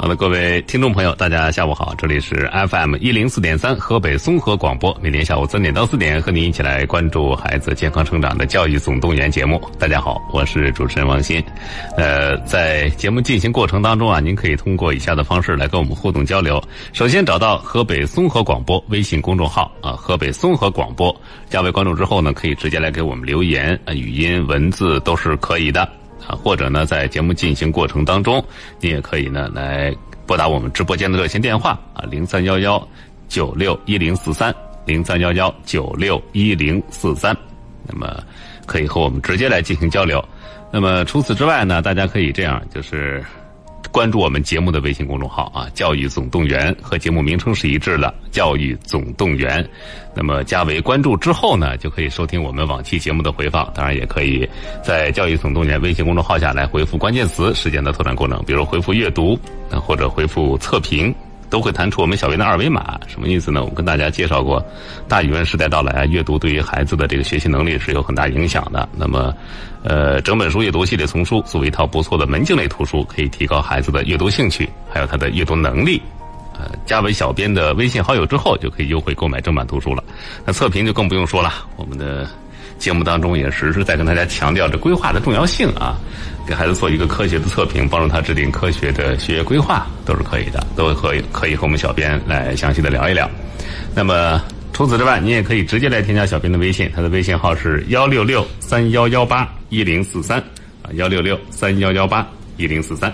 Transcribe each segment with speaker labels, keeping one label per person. Speaker 1: 好的，各位听众朋友，大家下午好，这里是 FM 一零四点三河北综合广播，每天下午三点到四点和您一起来关注孩子健康成长的教育总动员节目。大家好，我是主持人王鑫。呃，在节目进行过程当中啊，您可以通过以下的方式来跟我们互动交流。首先找到河北综合广播微信公众号啊，河北综合广播，加为关注之后呢，可以直接来给我们留言，啊，语音、文字都是可以的。啊，或者呢，在节目进行过程当中，你也可以呢来拨打我们直播间的热线电话啊，零三幺幺九六一零四三，零三幺幺九六一零四三，那么可以和我们直接来进行交流。那么除此之外呢，大家可以这样，就是关注我们节目的微信公众号啊，“教育总动员”和节目名称是一致的，“教育总动员”。那么加为关注之后呢，就可以收听我们往期节目的回放。当然，也可以在“教育总动员”微信公众号下来回复关键词“时间的拓展功能”，比如回复“阅读”呃或者回复“测评”，都会弹出我们小编的二维码。什么意思呢？我们跟大家介绍过，大语文时代到来啊，阅读对于孩子的这个学习能力是有很大影响的。那么，呃，整本书阅读系列丛书作为一套不错的门径类图书，可以提高孩子的阅读兴趣，还有他的阅读能力。呃，加为小编的微信好友之后，就可以优惠购买正版图书了。那测评就更不用说了，我们的节目当中也时时在跟大家强调这规划的重要性啊，给孩子做一个科学的测评，帮助他制定科学的学业规划都是可以的，都可以可以和我们小编来详细的聊一聊。那么除此之外，您也可以直接来添加小编的微信，他的微信号是幺六六三幺幺八一零四三啊，幺六六三幺幺八一零四三。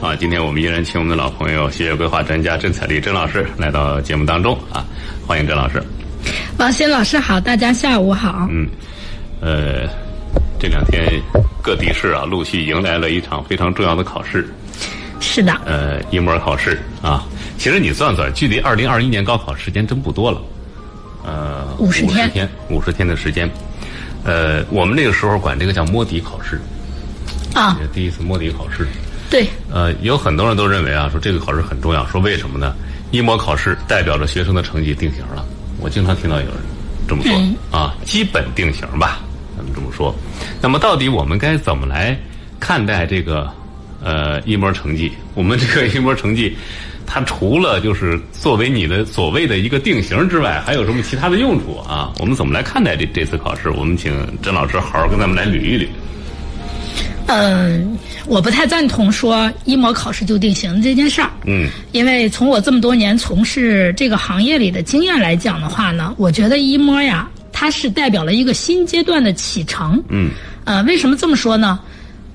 Speaker 1: 啊，今天我们依然请我们的老朋友学业规划专家郑彩丽郑老师来到节目当中啊，欢迎郑老师。
Speaker 2: 王鑫老师好，大家下午好。
Speaker 1: 嗯，呃，这两天各地市啊陆续迎来了一场非常重要的考试，
Speaker 2: 是的，
Speaker 1: 呃，一模考试啊。其实你算算，距离二零二一年高考时间真不多了，呃，
Speaker 2: 50天
Speaker 1: 50天，五十天的时间。呃，我们那个时候管这个叫摸底考试，
Speaker 2: 啊，
Speaker 1: 也第一次摸底考试。
Speaker 2: 对，
Speaker 1: 呃，有很多人都认为啊，说这个考试很重要，说为什么呢？一模考试代表着学生的成绩定型了。我经常听到有人这么说、啊，基本定型吧，咱们这么说。那么到底我们该怎么来看待这个呃一模成绩？我们这个 一模成绩，它除了就是作为你的所谓的一个定型之外，还有什么其他的用处啊？我们怎么来看待这这次考试？我们请甄老师好好跟咱们来捋一捋。
Speaker 2: 嗯、我不太赞同说一模考试就定型这件事儿。
Speaker 1: 嗯
Speaker 2: 因为从我这么多年从事这个行业里的经验来讲的话呢，我觉得一模呀，它是代表了一个新阶段的启程。
Speaker 1: 嗯
Speaker 2: 呃，为什么这么说呢？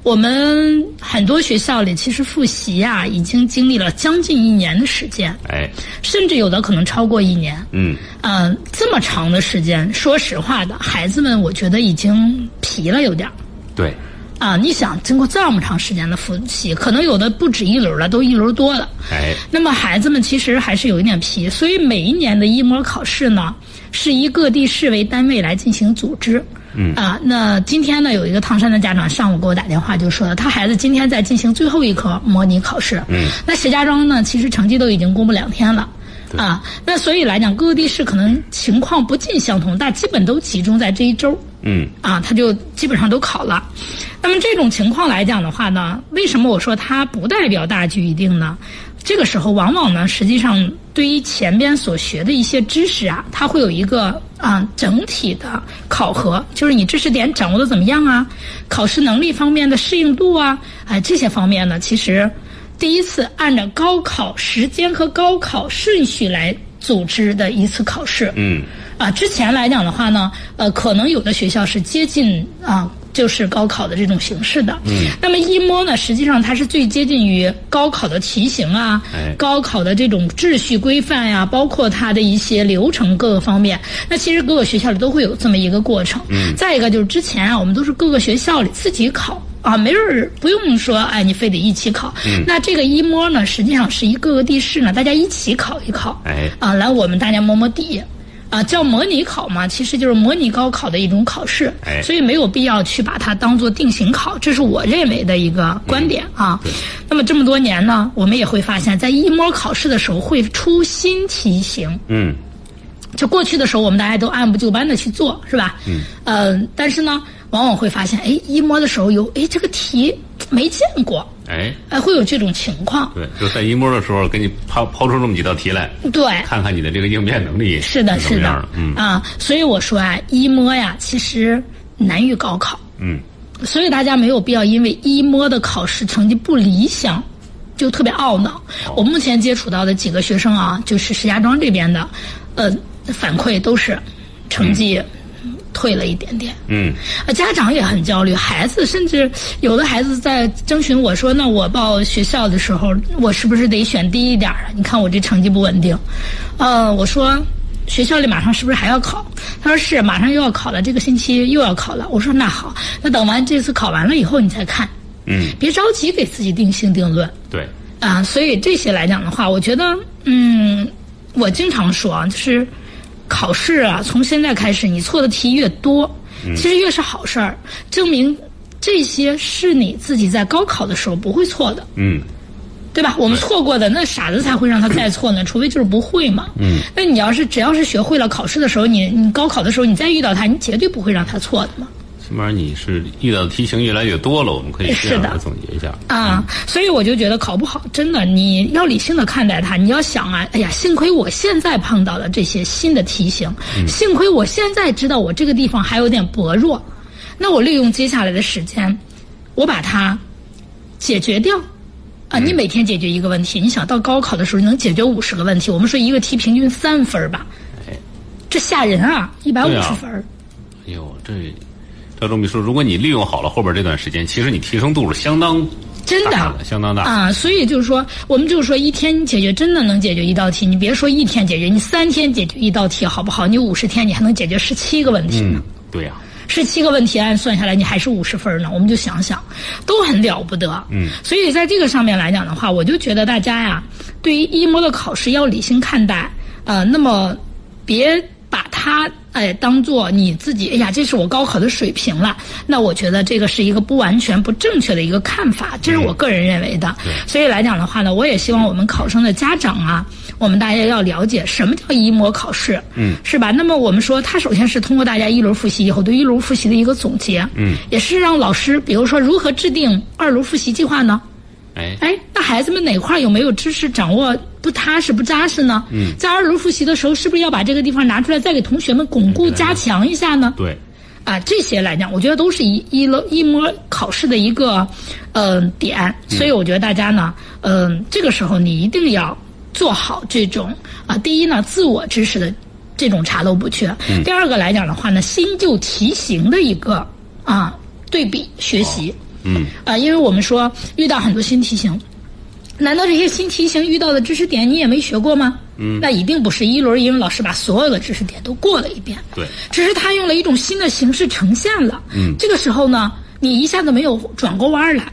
Speaker 2: 我们很多学校里其实复习呀、已经经历了将近一年的时间，
Speaker 1: 哎，
Speaker 2: 甚至有的可能超过一年。
Speaker 1: 嗯
Speaker 2: 嗯、这么长的时间，说实话的，孩子们我觉得已经疲了，有点儿。
Speaker 1: 对，
Speaker 2: 啊，你想经过这么长时间的复习，可能有的不止一轮了，都一轮多了。
Speaker 1: 哎
Speaker 2: 那么孩子们其实还是有一点皮，所以每一年的一模考试呢，是以各地市为单位来进行组织。嗯啊，那今天呢，有一个唐山的家长上午给我打电话就说了，他孩子今天在进行最后一科模拟考试。嗯，那石家庄呢，其实成绩都已经公布两天了。啊，那所以来讲，各个地市可能情况不尽相同，但基本都集中在这一周。
Speaker 1: 嗯
Speaker 2: 啊，他就基本上都考了。那么这种情况来讲的话呢，为什么我说它不代表大局一定呢？这个时候，往往呢，实际上对于前边所学的一些知识啊，它会有一个啊、整体的考核，就是你知识点掌握的怎么样啊，考试能力方面的适应度啊，哎，这些方面呢，其实第一次按照高考时间和高考顺序来组织的一次考试，
Speaker 1: 嗯
Speaker 2: 啊，之前来讲的话呢，呃，可能有的学校是接近啊，就是高考的这种形式的。嗯。那么一模呢，实际上它是最接近于高考的题型啊，
Speaker 1: 哎
Speaker 2: 高考的这种秩序规范呀、包括它的一些流程各个方面。那其实各个学校里都会有这么一个过程。嗯。再一个就是之前啊，我们都是各个学校里自己考。啊，没人儿不用说，哎，你非得一起考。嗯、那这个一模呢，实际上是一各个地市呢，大家一起考一考。
Speaker 1: 哎
Speaker 2: 啊，来我们大家摸摸底。啊、叫模拟考嘛，其实就是模拟高考的一种考试，
Speaker 1: 哎
Speaker 2: 所以没有必要去把它当做定型考，这是我认为的一个观点啊。那么这么多年呢，我们也会发现，在一模考试的时候会出新题型，
Speaker 1: 嗯，
Speaker 2: 就过去的时候，我们大家都按部就班的去做，是吧？嗯。呃，但是呢，往往会发现，哎，一模的时候有，哎，这个题没见过，
Speaker 1: 哎，
Speaker 2: 哎，会有这种情况。
Speaker 1: 对，就在一模的时候给你抛抛出这么几道题来，
Speaker 2: 对，
Speaker 1: 看看你的这个应变能力
Speaker 2: 哎是的，
Speaker 1: 怎
Speaker 2: 是
Speaker 1: 么样
Speaker 2: 的
Speaker 1: 了，嗯
Speaker 2: 啊，所以我说啊，一模呀，其实难于高考，
Speaker 1: 嗯，
Speaker 2: 所以大家没有必要因为一模的考试成绩不理想。就特别懊恼。我目前接触到的几个学生啊，就是石家庄这边的，呃，反馈都是成绩退了一点点。
Speaker 1: 嗯，
Speaker 2: 呃，家长也很焦虑，孩子甚至有的孩子在征询我说：“那我报学校的时候，我是不是得选低一点儿啊？你看我这成绩不稳定。”呃，我说。学校里马上是不是还要考？他说是，马上又要考了，这个星期又要考了。我说那好，那等完这次考完了以后你再看，
Speaker 1: 嗯，
Speaker 2: 别着急给自己定性定论。
Speaker 1: 对，
Speaker 2: 啊，所以这些来讲的话，我觉得，嗯，我经常说啊，就是考试啊，从现在开始，你错的题越多，
Speaker 1: 嗯
Speaker 2: 其实越是好事儿，证明这些是你自己在高考的时候不会错的。
Speaker 1: 嗯，
Speaker 2: 对吧？我们
Speaker 1: 对
Speaker 2: 错过的那傻子才会让他再错呢，除非就是不会嘛。嗯，那你要是只要是学会了考试的时候，你你高考的时候你再遇到他，你绝对不会让他错的嘛。
Speaker 1: 起码你是遇到的题型越来越多了，我们可以这
Speaker 2: 哎是
Speaker 1: 样
Speaker 2: 的
Speaker 1: 来总结一下，
Speaker 2: 啊，所以我就觉得考不好，真的你要理性的看待它。你要想啊，哎呀，幸亏我现在碰到了这些新的题型，
Speaker 1: 嗯
Speaker 2: 幸亏我现在知道我这个地方还有点薄弱，那我利用接下来的时间，我把它解决掉。啊，
Speaker 1: 嗯
Speaker 2: 你每天解决一个问题，你想到高考的时候能解决五十个问题，我们说一个题平均三分儿吧，这吓人啊，一百五
Speaker 1: 哎对
Speaker 2: 十
Speaker 1: 啊
Speaker 2: 分儿。
Speaker 1: 哎呦，这赵忠笔说，如果你利用好了后边这段时间，其实你提升度是相当
Speaker 2: 真
Speaker 1: 大
Speaker 2: 的
Speaker 1: 的，相当大
Speaker 2: 啊！所以就是说，我们就是说，一天解决真的能解决一道题，你别说一天解决，你三天解决一道题好不好？你五十天你还能解决十七个问题呢
Speaker 1: 嗯，，对呀、
Speaker 2: 十七、个问题按算下来你还是五十分呢。我们就想想，都很了不得。嗯，所以在这个上面来讲的话，我就觉得大家呀，对于一模的考试要理性看待，呃，那么别把它。哎，当做你自己，哎呀，这是我高考的水平了。那我觉得这个是一个不完全、不正确的一个看法，这是我个人认为的。所以来讲的话呢，我也希望我们考生的家长啊，我们大家要了解什么叫一模考试，嗯，是吧？那么我们说，它首先是通过大家一轮复习以后对一轮复习的一个总结，嗯，也是让老师，比如说如何制定二轮复习计划呢？
Speaker 1: 哎，
Speaker 2: 哎，那孩子们哪块儿有没有知识掌握不踏实、不扎实呢？嗯，在二轮复习的时候，是不是要把这个地方拿出来，再给同学们巩固、加强一下呢？
Speaker 1: 对，
Speaker 2: 啊，这些来讲，我觉得都是一一楼一模考试的一个呃点，所以我觉得大家呢，嗯、这个时候你一定要做好这种啊、第一呢，自我知识的这种查漏补缺；第二个来讲的话呢，新旧题型的一个啊对比学习。
Speaker 1: 嗯，
Speaker 2: 啊，因为我们说遇到很多新题型，难道这些新题型遇到的知识点你也没学过吗？嗯，那一定不是一轮英语老师把所有的知识点都过了一遍，
Speaker 1: 对
Speaker 2: 只是他用了一种新的形式呈现了。嗯，这个时候呢，你一下子没有转过弯儿来，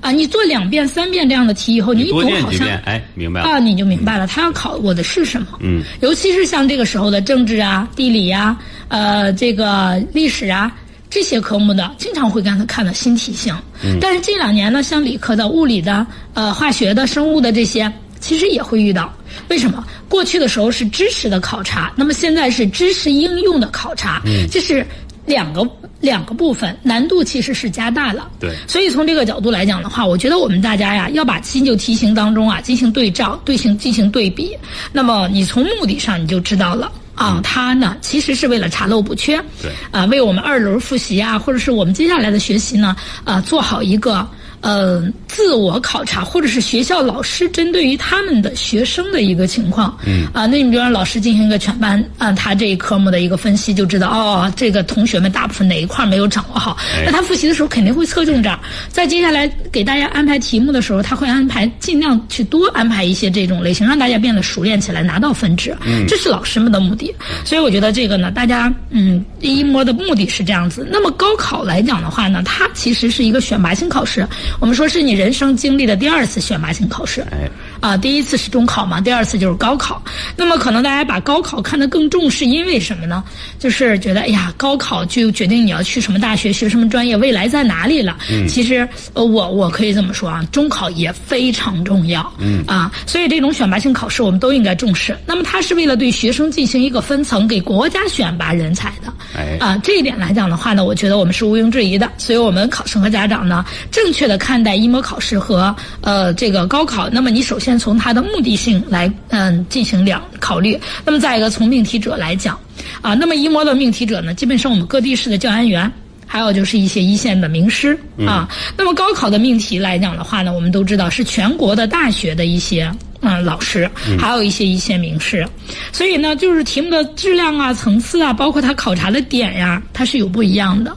Speaker 2: 啊，你做两遍、三遍这样的题以后，你一读
Speaker 1: 多念
Speaker 2: 好
Speaker 1: 几
Speaker 2: 像
Speaker 1: 遍，哎，明白了，
Speaker 2: 啊，你就明白了，他要考我的是什么。
Speaker 1: 嗯，
Speaker 2: 尤其是像这个时候的政治啊、地理啊、呃，这个历史啊这些科目的，经常会看他看到新题型。嗯，但是这两年呢，像理科的、物理的、呃，化学的、生物的这些，其实也会遇到。为什么？过去的时候是知识的考察，那么现在是知识应用的考察。嗯，这是两个两个部分，难度其实是加大了。
Speaker 1: 对
Speaker 2: 所以从这个角度来讲的话，我觉得我们大家呀，要把新旧题型当中啊进行对照、对行进行对比。那么你从目的上你就知道了。啊，它呢其实是为了查漏补缺，
Speaker 1: 嗯对
Speaker 2: 啊，为我们二轮复习啊，或者是我们接下来的学习呢，啊，做好一个呃自我考察，或者是学校老师针对于他们的学生的一个情况，嗯，啊，那你就让老师进行一个全班按、他这一科目的一个分析，就知道哦，这个同学们大部分哪一块没有掌握好，
Speaker 1: 哎
Speaker 2: 那他复习的时候肯定会侧重这儿。在接下来给大家安排题目的时候，他会安排尽量去多安排一些这种类型，让大家变得熟练起来，拿到分值。这是老师们的目的。所以我觉得这个呢，大家嗯，一模的目的是这样子。那么高考来讲的话呢，它其实是一个选拔性考试，我们说是你人生经历的第二次选拔性考试。
Speaker 1: 哎，
Speaker 2: 啊，第一次是中考嘛，第二次就是高考。那么可能大家把高考看得更重，是因为什么呢？就是觉得哎呀，高考就决定你要去什么大学、学什么专业、未来在哪里了。其实呃，我我可以这么说啊，中考也非常重要。嗯啊，所以这种选拔性考试我们都应该重视。那么它是为了对学生进行一个分层，给国家选拔人才的。
Speaker 1: 哎
Speaker 2: 啊，这一点来讲的话呢，我觉得我们是毋庸置疑的。所以，我们考生和家长呢，正确的看待一模考试和呃这个高考。那么，你首先从它的目的性来嗯、进行两考虑。那么，再一个从命题者来讲啊，那么一模的命题者呢，基本上我们各地市的教研员。还有就是一些一线的名师啊，那么高考的命题来讲的话呢，我们都知道是全国的大学的一些嗯，老师，还有一些一线名师，所以呢，就是题目的质量啊、层次啊，包括它考察的点呀、它是有不一样的。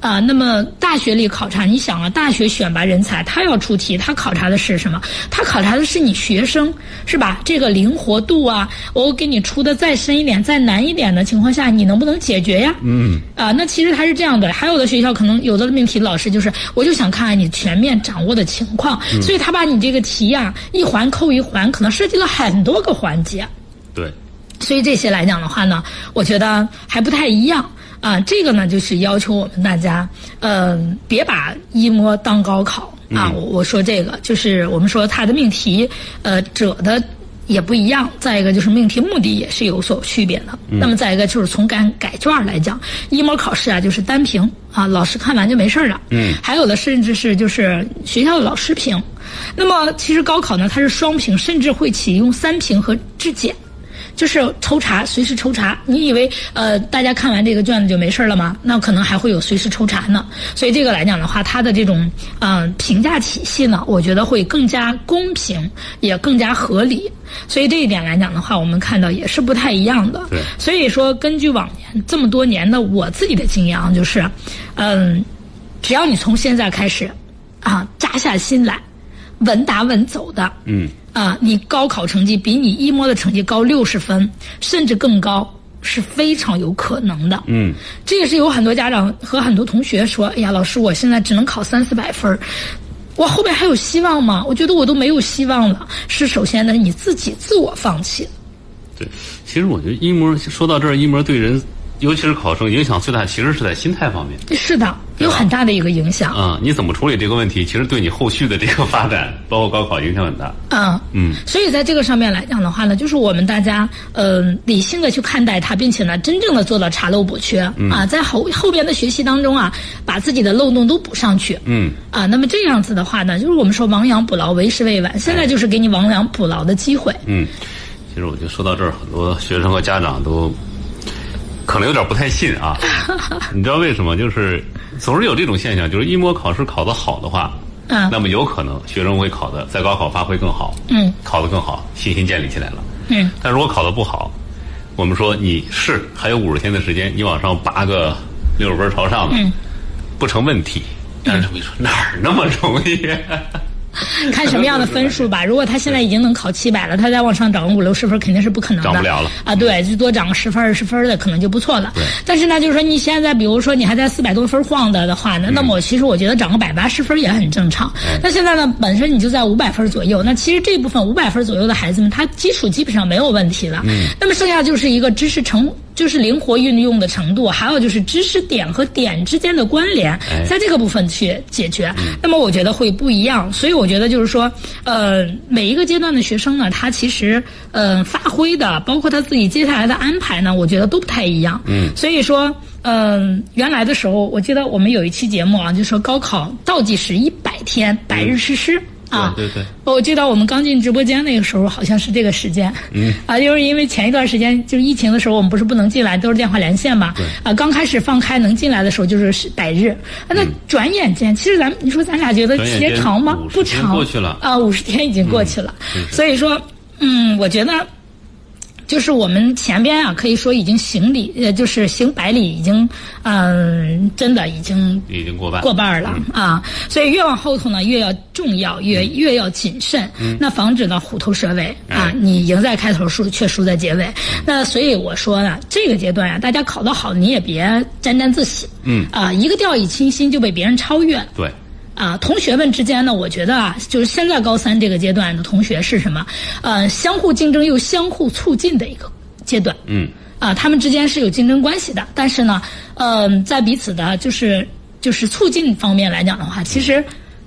Speaker 2: 啊，那么大学里考察，你想啊，大学选拔人才，他要出题，他考察的是什么？他考察的是你学生，是吧？这个灵活度啊，我给你出的再深一点、再难一点的情况下，你能不能解决呀？嗯。啊，那其实它是这样的，还有的学校可能有的命题老师就是，我就想看看你全面掌握的情况，所以他把你这个题呀、一环扣一环，可能涉及了很多个环节。
Speaker 1: 对，
Speaker 2: 所以这些来讲的话呢，我觉得还不太一样啊、这个呢，就是要求我们大家，呃，别把一模当高考啊。我我说这个就是我们说它的命题，呃，者的。也不一样，再一个就是命题目的也是有所区别的。那么再一个就是从改改卷儿来讲，一模考试啊就是单评啊，老师看完就没事儿了。嗯，还有的甚至是就是学校的老师评。那么其实高考呢，它是双评，甚至会启用三评和质检。就是抽查，随时抽查。你以为呃，大家看完这个卷子就没事儿了吗？那可能还会有随时抽查呢。所以这个来讲的话，它的这种呃评价体系呢，我觉得会更加公平，也更加合理。所以这一点来讲的话，我们看到也是不太一样的。
Speaker 1: 对
Speaker 2: 所以说，根据往年这么多年的我自己的经验啊，就是，嗯，只要你从现在开始，啊，扎下心来，稳打稳走的，
Speaker 1: 嗯，
Speaker 2: 啊，你高考成绩比你一模的成绩高六十分，甚至更高，是非常有可能的。
Speaker 1: 嗯，
Speaker 2: 这也是有很多家长和很多同学说：“哎呀，老师，我现在只能考三四百分儿我后边还有希望吗？我觉得我都没有希望了。是首先呢，你自己自我放弃。
Speaker 1: 对。其实我觉得一模说到这儿，一模对人，尤其是考生影响最大，其实是在心态方面
Speaker 2: 是的，有很大的一个影响。
Speaker 1: 啊、你怎么处理这个问题，其实对你后续的这个发展，包括高考影响很大。
Speaker 2: 嗯
Speaker 1: 嗯，
Speaker 2: 所以在这个上面来讲的话呢，就是我们大家呃理性的去看待它，并且呢真正的做到查漏补缺、
Speaker 1: 嗯
Speaker 2: 啊，在后后边的学习当中啊，把自己的漏洞都补上去。
Speaker 1: 嗯，
Speaker 2: 啊，那么这样子的话呢，就是我们说亡羊补牢，为时未晚。现在就是给你亡羊补牢的机会。
Speaker 1: 嗯，其实我觉得说到这儿，很多学生和家长都可能有点不太信啊。你知道为什么？就是总是有这种现象，就是一模考试考得好的话，
Speaker 2: 嗯
Speaker 1: 那么有可能学生会考的在高考发挥更好，
Speaker 2: 嗯，
Speaker 1: 考得更好，信心建立起来了。
Speaker 2: 嗯，
Speaker 1: 但如果考得不好，我们说你是还有五十天的时间，你往上拔个六十分朝上的，
Speaker 2: 嗯
Speaker 1: 不成问题。但是这么一说，哪儿那么容易？啊
Speaker 2: 看什么样的分 数吧。如果他现在已经能考七百了，他再往上涨五六十分肯定是不可能的。
Speaker 1: 涨不了了
Speaker 2: 啊，对，最多涨个十分二十分的可能就不错了
Speaker 1: 对。
Speaker 2: 但是呢，就是说你现在比如说你还在四百多分晃的的话
Speaker 1: 嗯
Speaker 2: 呢，那么我其实我觉得涨个百八十分也很正常。那现在呢，本身你就在五百分左右，那其实这部分五百分左右的孩子们，他基础基本上没有问题了。
Speaker 1: 嗯
Speaker 2: 那么剩下就是一个知识成。就是灵活运用的程度，还有就是知识点和点之间的关联，
Speaker 1: 哎
Speaker 2: 在这个部分去解决。
Speaker 1: 嗯
Speaker 2: 那么我觉得会不一样，所以我觉得就是说，呃，每一个阶段的学生呢，他其实呃发挥的，包括他自己接下来的安排呢，我觉得都不太一样。嗯，所以说，嗯、原来的时候，我记得我们有一期节目啊，就说高考倒计时一百天，百日誓师。啊，
Speaker 1: 嗯对对对
Speaker 2: 我记得我们刚进直播间那个时候，好像是这个时间。嗯。啊，就是因为前一段时间就是疫情的时候，我们不是不能进来，都是电话连线嘛。
Speaker 1: 对
Speaker 2: 啊，刚开始放开能进来的时候就是是百日，啊那转眼间，其实咱们你说咱俩觉得
Speaker 1: 嗯转眼
Speaker 2: 时
Speaker 1: 间
Speaker 2: 间长吗？
Speaker 1: 50
Speaker 2: 不
Speaker 1: 天
Speaker 2: 长。
Speaker 1: 过去了
Speaker 2: 啊，五十天已经过去了。所以说，嗯，我觉得。就是我们前边啊，可以说已经行礼，呃，就是行百里，已经，嗯、真的已经
Speaker 1: 已经过半，
Speaker 2: 过半儿了、
Speaker 1: 嗯
Speaker 2: 啊，所以越往后头呢，越要重要，越越要谨慎，那防止呢虎头蛇尾啊
Speaker 1: 嗯哎，嗯
Speaker 2: 你赢在开头输，却输在结尾。那所以我说呢，这个阶段呀、大家考得好，你也别沾沾自喜，
Speaker 1: 嗯
Speaker 2: 啊，一个掉以轻心就被别人超越了。
Speaker 1: 对。
Speaker 2: 啊，同学们之间呢，我觉得啊，就是现在高三这个阶段的同学是什么？呃，相互竞争又相互促进的一个阶段。
Speaker 1: 嗯，
Speaker 2: 啊，他们之间是有竞争关系的，但是呢，嗯，在彼此的就是就是促进方面来讲的话，其实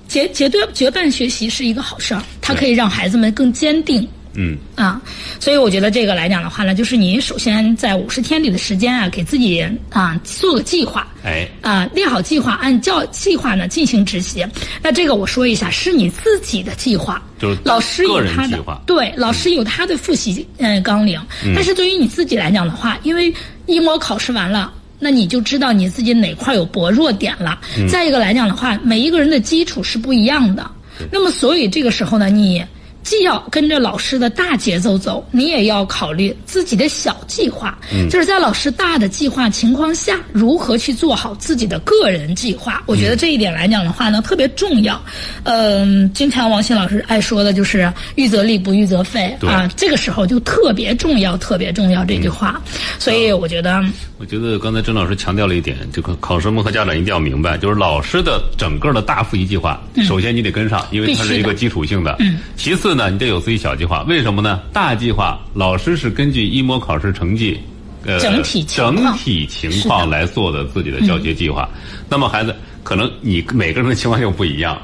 Speaker 2: 结结对结伴学习是一个好事儿，它可以让孩子们更坚定。
Speaker 1: 嗯，
Speaker 2: 啊，所以我觉得这个来讲的话呢，就是你首先在五十天里的时间啊，给自己啊做个计划，
Speaker 1: 哎，
Speaker 2: 啊，列好计划，按教计划呢进行执行。那这个我说一下，是你自己的计划，
Speaker 1: 就是
Speaker 2: 老师
Speaker 1: 个
Speaker 2: 有
Speaker 1: 人
Speaker 2: 他
Speaker 1: 计
Speaker 2: 的
Speaker 1: 划嗯
Speaker 2: 对，老师有他的复习嗯纲领，但是对于你自己来讲的话，因为一模考试完了。那你就知道你自己哪块有薄弱点了。
Speaker 1: 嗯
Speaker 2: 再一个来讲的话，每一个人的基础是不一样的。那么，所以这个时候呢，你既要跟着老师的大节奏走，你也要考虑自己的小计划，就是在老师大的计划情况下，如何去做好自己的个人计划。我觉得这一点来讲的话呢，特别重要。嗯，经常王鑫老师爱说的就是“预则立，不预则废”
Speaker 1: 对
Speaker 2: 啊，这个时候就特别重要，特别重要这句话。所以我觉得，
Speaker 1: 我觉得刚才郑老师强调了一点，这个考生们和家长一定要明白，就是老师的整个的大复习计划，
Speaker 2: 嗯
Speaker 1: 首先你得跟上，因为它
Speaker 2: 必
Speaker 1: 是
Speaker 2: 须的
Speaker 1: 一个基础性的。嗯。其次呢，你得有自己小计划。为什么呢？大计划老师是根据一模考试成绩，呃，
Speaker 2: 整体情况
Speaker 1: 整体情况来做的自己的教学计划。
Speaker 2: 嗯
Speaker 1: 那么孩子可能你每个人的情况又不一样，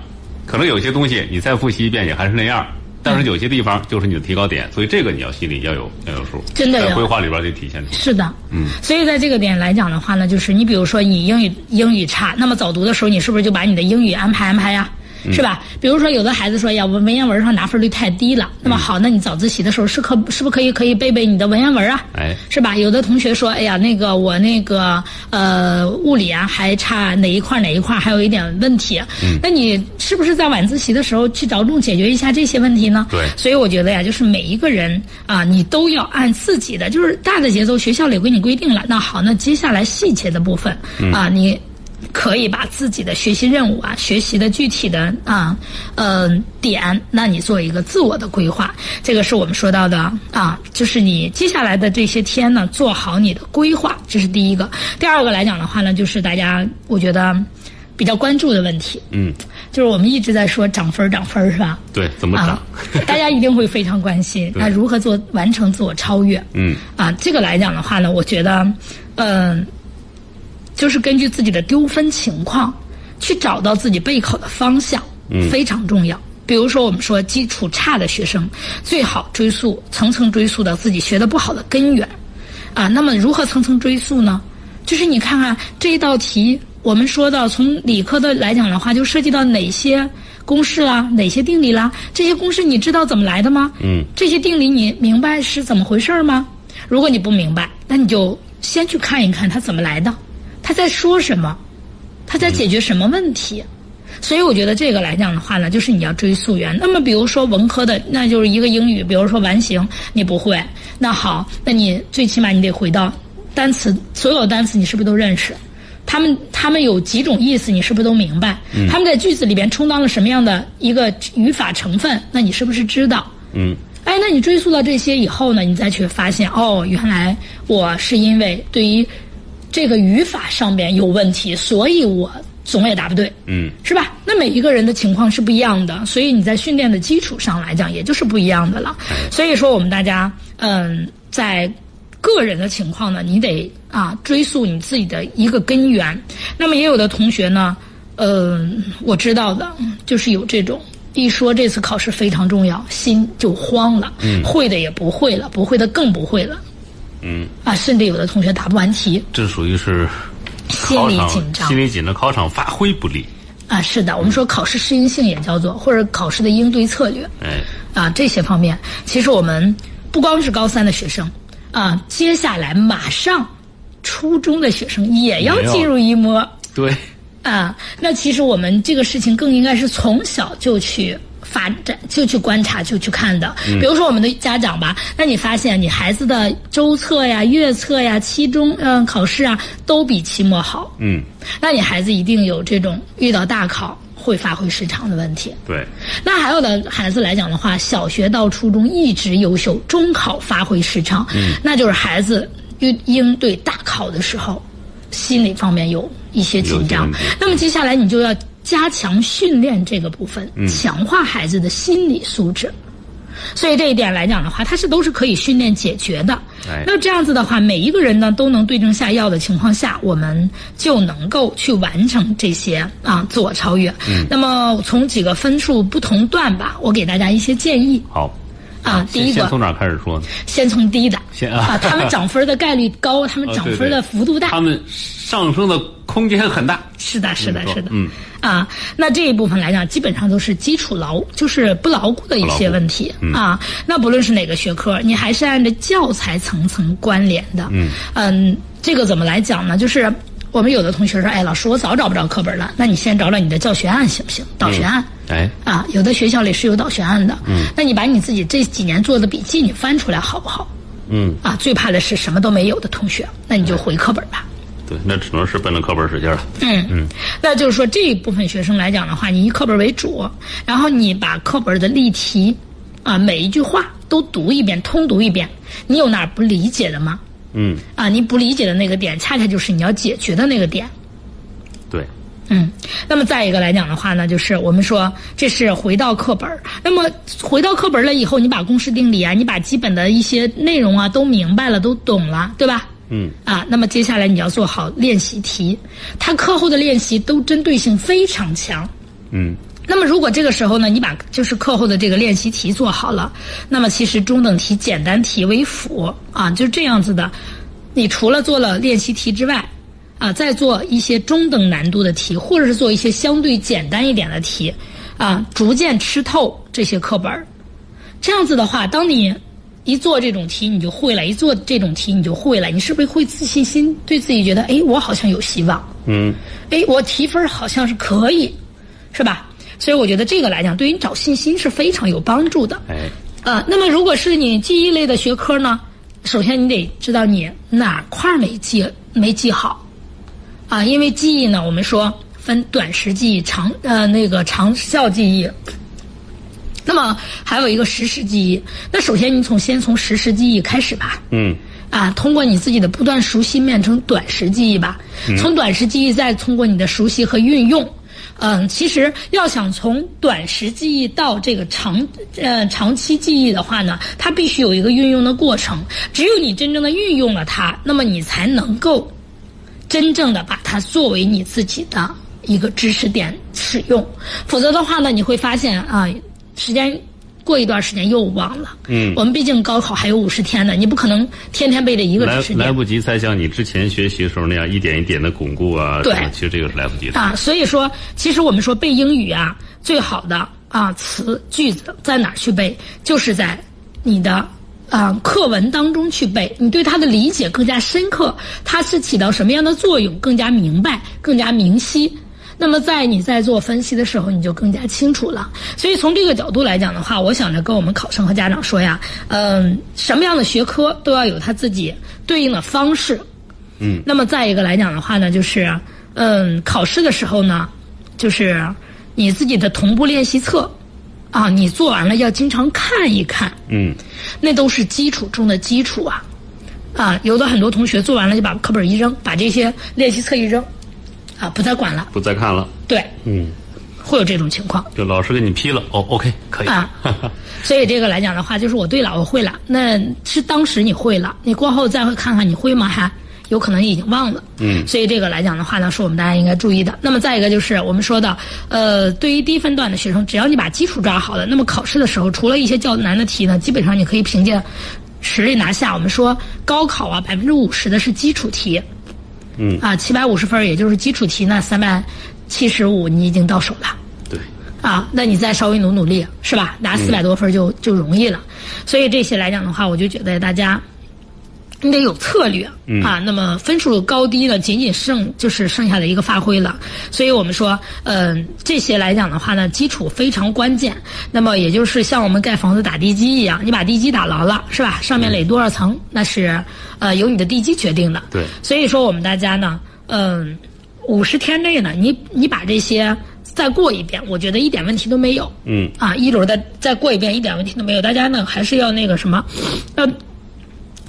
Speaker 1: 可能有些东西你再复习一遍也还是那样。但是有些地方就是你的提高点，所以这个你要心里要有要有数，
Speaker 2: 真的
Speaker 1: 在
Speaker 2: 有
Speaker 1: 规划里边就体现出来。
Speaker 2: 是的，嗯，所以在这个点来讲的话呢，就是你比如说你英语英语差，那么早读的时候，你是不是就把你的英语安排安排呀、是吧？比如说，有的孩子说呀，我文言文上拿分率太低了。那么好，那你早自习的时候是可是不是可以可以背背你的文言文啊？
Speaker 1: 哎
Speaker 2: 是吧？有的同学说，哎呀，那个我那个呃物理啊还差哪一块哪一块还有一点问题。啊那你是不是在晚自习的时候去着重解决一下这些问题呢？
Speaker 1: 对
Speaker 2: 所以我觉得呀，就是每一个人啊，你都要按自己的，就是大的节奏，学校里给你规定了。那好，那接下来细节的部分、啊，你可以把自己的学习任务啊、学习的具体的啊呃点，那你做一个自我的规划。这个是我们说到的啊，就是你接下来的这些天呢，做好你的规划，这是第一个。第二个来讲的话呢，就是大家我觉得比较关注的问题，
Speaker 1: 嗯，
Speaker 2: 就是我们一直在说涨分儿涨分儿是吧？
Speaker 1: 对，怎么涨？
Speaker 2: 啊，大家一定会非常关心
Speaker 1: 对
Speaker 2: 啊，如何做完成自我超越？
Speaker 1: 嗯，
Speaker 2: 啊，这个来讲的话呢，我觉得，嗯、就是根据自己的丢分情况去找到自己备考的方向，嗯，非常重要。比如说，我们说基础差的学生，最好追溯层层追溯到自己学的不好的根源，啊，那么如何层层追溯呢？就是你看看这一道题，我们说到从理科的来讲的话，就涉及到哪些公式啦、哪些定理啦，这些公式你知道怎么来的吗？
Speaker 1: 嗯，
Speaker 2: 这些定理你明白是怎么回事儿吗？如果你不明白，那你就先去看一看它怎么来的，它在说什么，它在解决什么问题。所以我觉得这个来讲的话呢，就是你要追溯源。那么比如说文科的，那就是一个英语，比如说完形你不会，那好，那你最起码你得回到单词，所有单词你是不是都认识？他们他们有几种意思，你是不是都明白？他们在句子里边充当了什么样的一个语法成分？那你是不是知道？
Speaker 1: 嗯，
Speaker 2: 哎，那你追溯到这些以后呢，你再去发现，哦，原来我是因为对于这个语法上边有问题，所以我总也答不对，
Speaker 1: 嗯，
Speaker 2: 是吧？那每一个人的情况是不一样的，所以你在训练的基础上来讲，也就是不一样的了。所以说，我们大家，嗯，在个人的情况呢，你得啊追溯你自己的一个根源。那么也有的同学呢，嗯、我知道的就是有这种。一说这次考试非常重要，心就慌了，会的也不会了，不会的更不会了，
Speaker 1: 嗯，
Speaker 2: 啊，甚至有的同学答不完题，
Speaker 1: 这属于是
Speaker 2: 心
Speaker 1: 考
Speaker 2: 里
Speaker 1: 场
Speaker 2: 紧张
Speaker 1: 心，理紧张，考场发挥不利。
Speaker 2: 啊，是的，我
Speaker 1: 嗯
Speaker 2: 们说考试适应性也叫做，或者考试的应对策略，
Speaker 1: 哎，
Speaker 2: 啊，这些方面，其实我们不光是高三的学生，啊，接下来马上初中的学生也要
Speaker 1: 也要
Speaker 2: 进入一模，
Speaker 1: 对，
Speaker 2: 啊，那其实我们这个事情更应该是从小就去发展，就去观察，就去看的。比如说我们的家长吧，那你发现你孩子的周测呀、月测呀、期中嗯考试啊，都比期末好，
Speaker 1: 嗯，
Speaker 2: 那你孩子一定有这种遇到大考会发挥失常的问题。
Speaker 1: 对，
Speaker 2: 那还有的孩子来讲的话，小学到初中一直优秀，中考发挥失常，
Speaker 1: 嗯
Speaker 2: 那就是孩子应应对大考的时候，心理方面有一些紧
Speaker 1: 有一些
Speaker 2: 张
Speaker 1: 问题。
Speaker 2: 那么接下来你就要加强训练这个部分，
Speaker 1: 嗯
Speaker 2: 强化孩子的心理素质。所以这一点来讲的话，它是都是可以训练解决的。
Speaker 1: 哎
Speaker 2: 那这样子的话，每一个人呢都能对症下药的情况下，我们就能够去完成这些啊自我超越。
Speaker 1: 嗯
Speaker 2: 那么从几个分数不同段吧，我给大家一些建议
Speaker 1: 好，
Speaker 2: 啊。第
Speaker 1: 先
Speaker 2: 一个
Speaker 1: 先从哪儿开始说呢？
Speaker 2: 先从低的
Speaker 1: 先啊
Speaker 2: 啊，他们涨分的概率 高，他们
Speaker 1: 哦
Speaker 2: 涨
Speaker 1: 对
Speaker 2: 分
Speaker 1: 对
Speaker 2: 的幅度大。
Speaker 1: 他们上升的空间很大。
Speaker 2: 是的，是的
Speaker 1: 没，错
Speaker 2: 是的，
Speaker 1: 嗯，
Speaker 2: 啊，那这一部分来讲，基本上都是基础牢，就是不牢固的一些问题、
Speaker 1: 嗯
Speaker 2: 啊。那不论是哪个学科，你还是按照教材层层关联的。嗯这个怎么来讲呢？就是我们有的同学说，哎，老师，我早找不着课本了，那你先找找你的教学案行不行？导学案。
Speaker 1: 哎，
Speaker 2: 啊，有的学校里是有导学案的，嗯，那你把你自己这几年做的笔记你翻出来好不好？
Speaker 1: 嗯，
Speaker 2: 啊，最怕的是什么都没有的同学，那你就回课本吧。
Speaker 1: 对，那只能是奔着课本使劲儿了。
Speaker 2: 嗯，那就是说这一部分学生来讲的话，你以课本为主，然后你把课本的例题啊，每一句话都读一遍，通读一遍。你有哪儿不理解的吗？
Speaker 1: 嗯，
Speaker 2: 啊，你不理解的那个点，恰恰就是你要解决的那个点。
Speaker 1: 对，
Speaker 2: 嗯，那么再一个来讲的话呢，就是我们说这是回到课本儿。那么呃回到课本儿了以后，你把公式定理啊，你把基本的一些内容啊都明白了，都懂了，对吧？
Speaker 1: 嗯。
Speaker 2: 啊，那么接下来你要做好练习题，它课后的练习都针对性非常强。
Speaker 1: 嗯，
Speaker 2: 那么，如果这个时候呢，你把就是课后的这个练习题做好了，那么其实中等题、简单题为辅啊，就是这样子的。你除了做了练习题之外，啊，再做一些中等难度的题，或者是做一些相对简单一点的题，啊，逐渐吃透这些课本儿。这样子的话，当你一做这种题你就会了，一做这种题你就会了，你是不是会自信心，对自己觉得，哎，我好像有希望？
Speaker 1: 嗯，
Speaker 2: 哎，我提分儿好像是可以，是吧？所以我觉得这个来讲，对于你找信心是非常有帮助的。
Speaker 1: 哎，
Speaker 2: 呃，那么如果是你记忆类的学科呢，首先你得知道你哪块儿没记没记好，啊，因为记忆呢，我们说分短时记忆、长呃那个长效记忆。那么还有一个实时记忆，那首先你从先从实时记忆开始吧。
Speaker 1: 嗯，
Speaker 2: 啊，通过你自己的不断熟悉，变成短时记忆吧。从短时记忆，再通过你的熟悉和运用。嗯，其实要想从短时记忆到这个长呃长期记忆的话呢，它必须有一个运用的过程。只有你真正的运用了它，那么你才能够真正的把它作为你自己的一个知识点使用，否则的话呢，你会发现啊、时间过一段时间又忘了。
Speaker 1: 嗯
Speaker 2: 我们毕竟高考还有五十天呢，你不可能天天背着一个
Speaker 1: 来
Speaker 2: 知识
Speaker 1: 来
Speaker 2: 点。
Speaker 1: 不及再像你之前学习的时候那样一点一点的巩固啊。
Speaker 2: 对
Speaker 1: 什么其实这个是来不及的。
Speaker 2: 啊，所以说，其实我们说背英语啊，最好的啊词句子在哪儿去背，就是在你的啊课文当中去背，你对它的理解更加深刻，它是起到什么样的作用，更加明白，更加明晰。那么在你在做分析的时候，你就更加清楚了。所以从这个角度来讲的话，我想着跟我们考生和家长说呀，嗯，什么样的学科都要有它自己对应的方式，
Speaker 1: 嗯
Speaker 2: 那么再一个来讲的话呢，就是嗯，考试的时候呢，就是你自己的同步练习册啊，你做完了要经常看一看，
Speaker 1: 嗯，
Speaker 2: 那都是基础中的基础啊。啊，有的很多同学做完了就把课本一扔，把这些练习册一扔，啊，不再管了。
Speaker 1: 不再看了。
Speaker 2: 对，
Speaker 1: 嗯，
Speaker 2: 会有这种情况。
Speaker 1: 就老师给你批了。哦，OK，可以。
Speaker 2: 啊所以这个来讲的话，就是我对了，我会了，那是当时你会了，你过后再会看看你会吗？还有可能已经忘了。嗯，所以这个来讲的话呢，是我们大家应该注意的。那么再一个就是我们说的，呃，对于低分段的学生，只要你把基础抓好了，那么考试的时候，除了一些较难的题呢，基本上你可以凭借实力拿下。我们说高考啊，百分之五十的是基础题，
Speaker 1: 嗯
Speaker 2: 啊，七百五十分儿也就是基础题呢，三百七十五你已经到手了。
Speaker 1: 对，
Speaker 2: 啊，那你再稍微努努力，是吧？拿四百多分儿就、就容易了。所以这些来讲的话，我就觉得大家你得有策略、啊。那么分数高低呢，仅仅剩就是剩下的一个发挥了。所以我们说，嗯、这些来讲的话呢，基础非常关键。那么也就是像我们盖房子打地基一样，你把地基打牢了，是吧？上面垒多少层，那是呃由你的地基决定的。
Speaker 1: 对
Speaker 2: 所以说我们大家呢，嗯、五十天内呢，你你把这些再过一遍，我觉得一点问题都没有。
Speaker 1: 嗯，
Speaker 2: 啊，一轮再再过一遍，一点问题都没有。大家呢还是要那个什么，要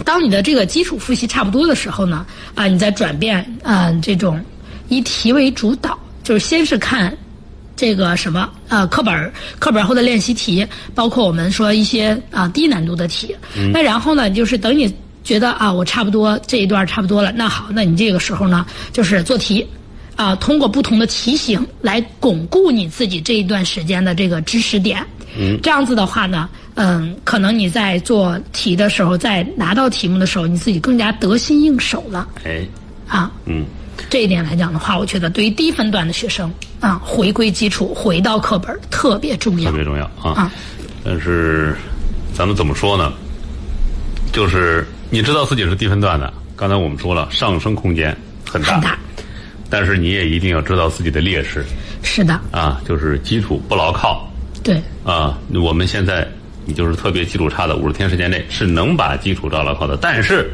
Speaker 2: 当你的这个基础复习差不多的时候呢，啊，你再转变啊、这种以题为主导，就是先是看这个什么呃课本儿课本后的练习题，包括我们说一些啊、低难度的题。那然后呢，就是等你觉得啊我差不多这一段差不多了，那好，那你这个时候呢就是做题。啊，通过不同的题型来巩固你自己这一段时间的这个知识点。嗯，这样子的话呢，嗯，可能你在做题的时候，在拿到题目的时候，你自己更加得心应手了
Speaker 1: 哎，
Speaker 2: 啊。
Speaker 1: 嗯，
Speaker 2: 这一点来讲的话，我觉得对于低分段的学生啊，回归基础，回到课本儿特别重
Speaker 1: 特
Speaker 2: 要。
Speaker 1: 别重要啊。
Speaker 2: 啊
Speaker 1: 但是咱们怎么说呢？就是你知道自己是低分段的，刚才我们说了，上升空间很大，
Speaker 2: 很大
Speaker 1: 但是你也一定要知道自己的劣势
Speaker 2: 是的，
Speaker 1: 啊，就是基础不牢靠
Speaker 2: 对，
Speaker 1: 啊。我们现在你就是特别基础差的，五十天时间内是能把基础照牢靠的，但是。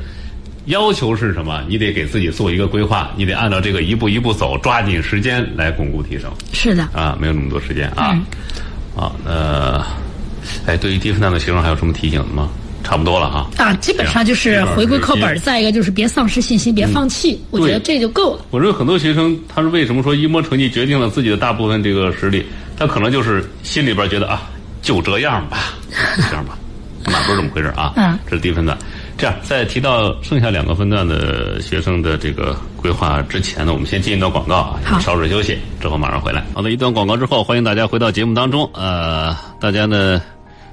Speaker 1: 要求是什么？你得给自己做一个规划，你得按照这个一步一步走，抓紧时间来巩固提升。
Speaker 2: 是的。
Speaker 1: 啊，没有那么多时间啊。啊，呃，哎，对于低分段的学生还有什么提醒的吗？差不多了哈。
Speaker 2: 啊，基本上就是回归课本儿，再一个就是别丧失信心，别放弃，我觉得这就够了。
Speaker 1: 我认为很多学生，他是为什么说一模成绩决定了自己的大部分这个实力？他可能就是心里边觉得啊，就这样吧，就这样吧， 哪不是这么回事啊？
Speaker 2: 嗯
Speaker 1: 这是低分段。这样，在提到剩下两个分段的学生的这个规划之前呢，我们先进一段广告啊，
Speaker 2: 好
Speaker 1: 稍事休息，之后马上回来。好的，一段广告之后，欢迎大家回到节目当中。呃，大家呢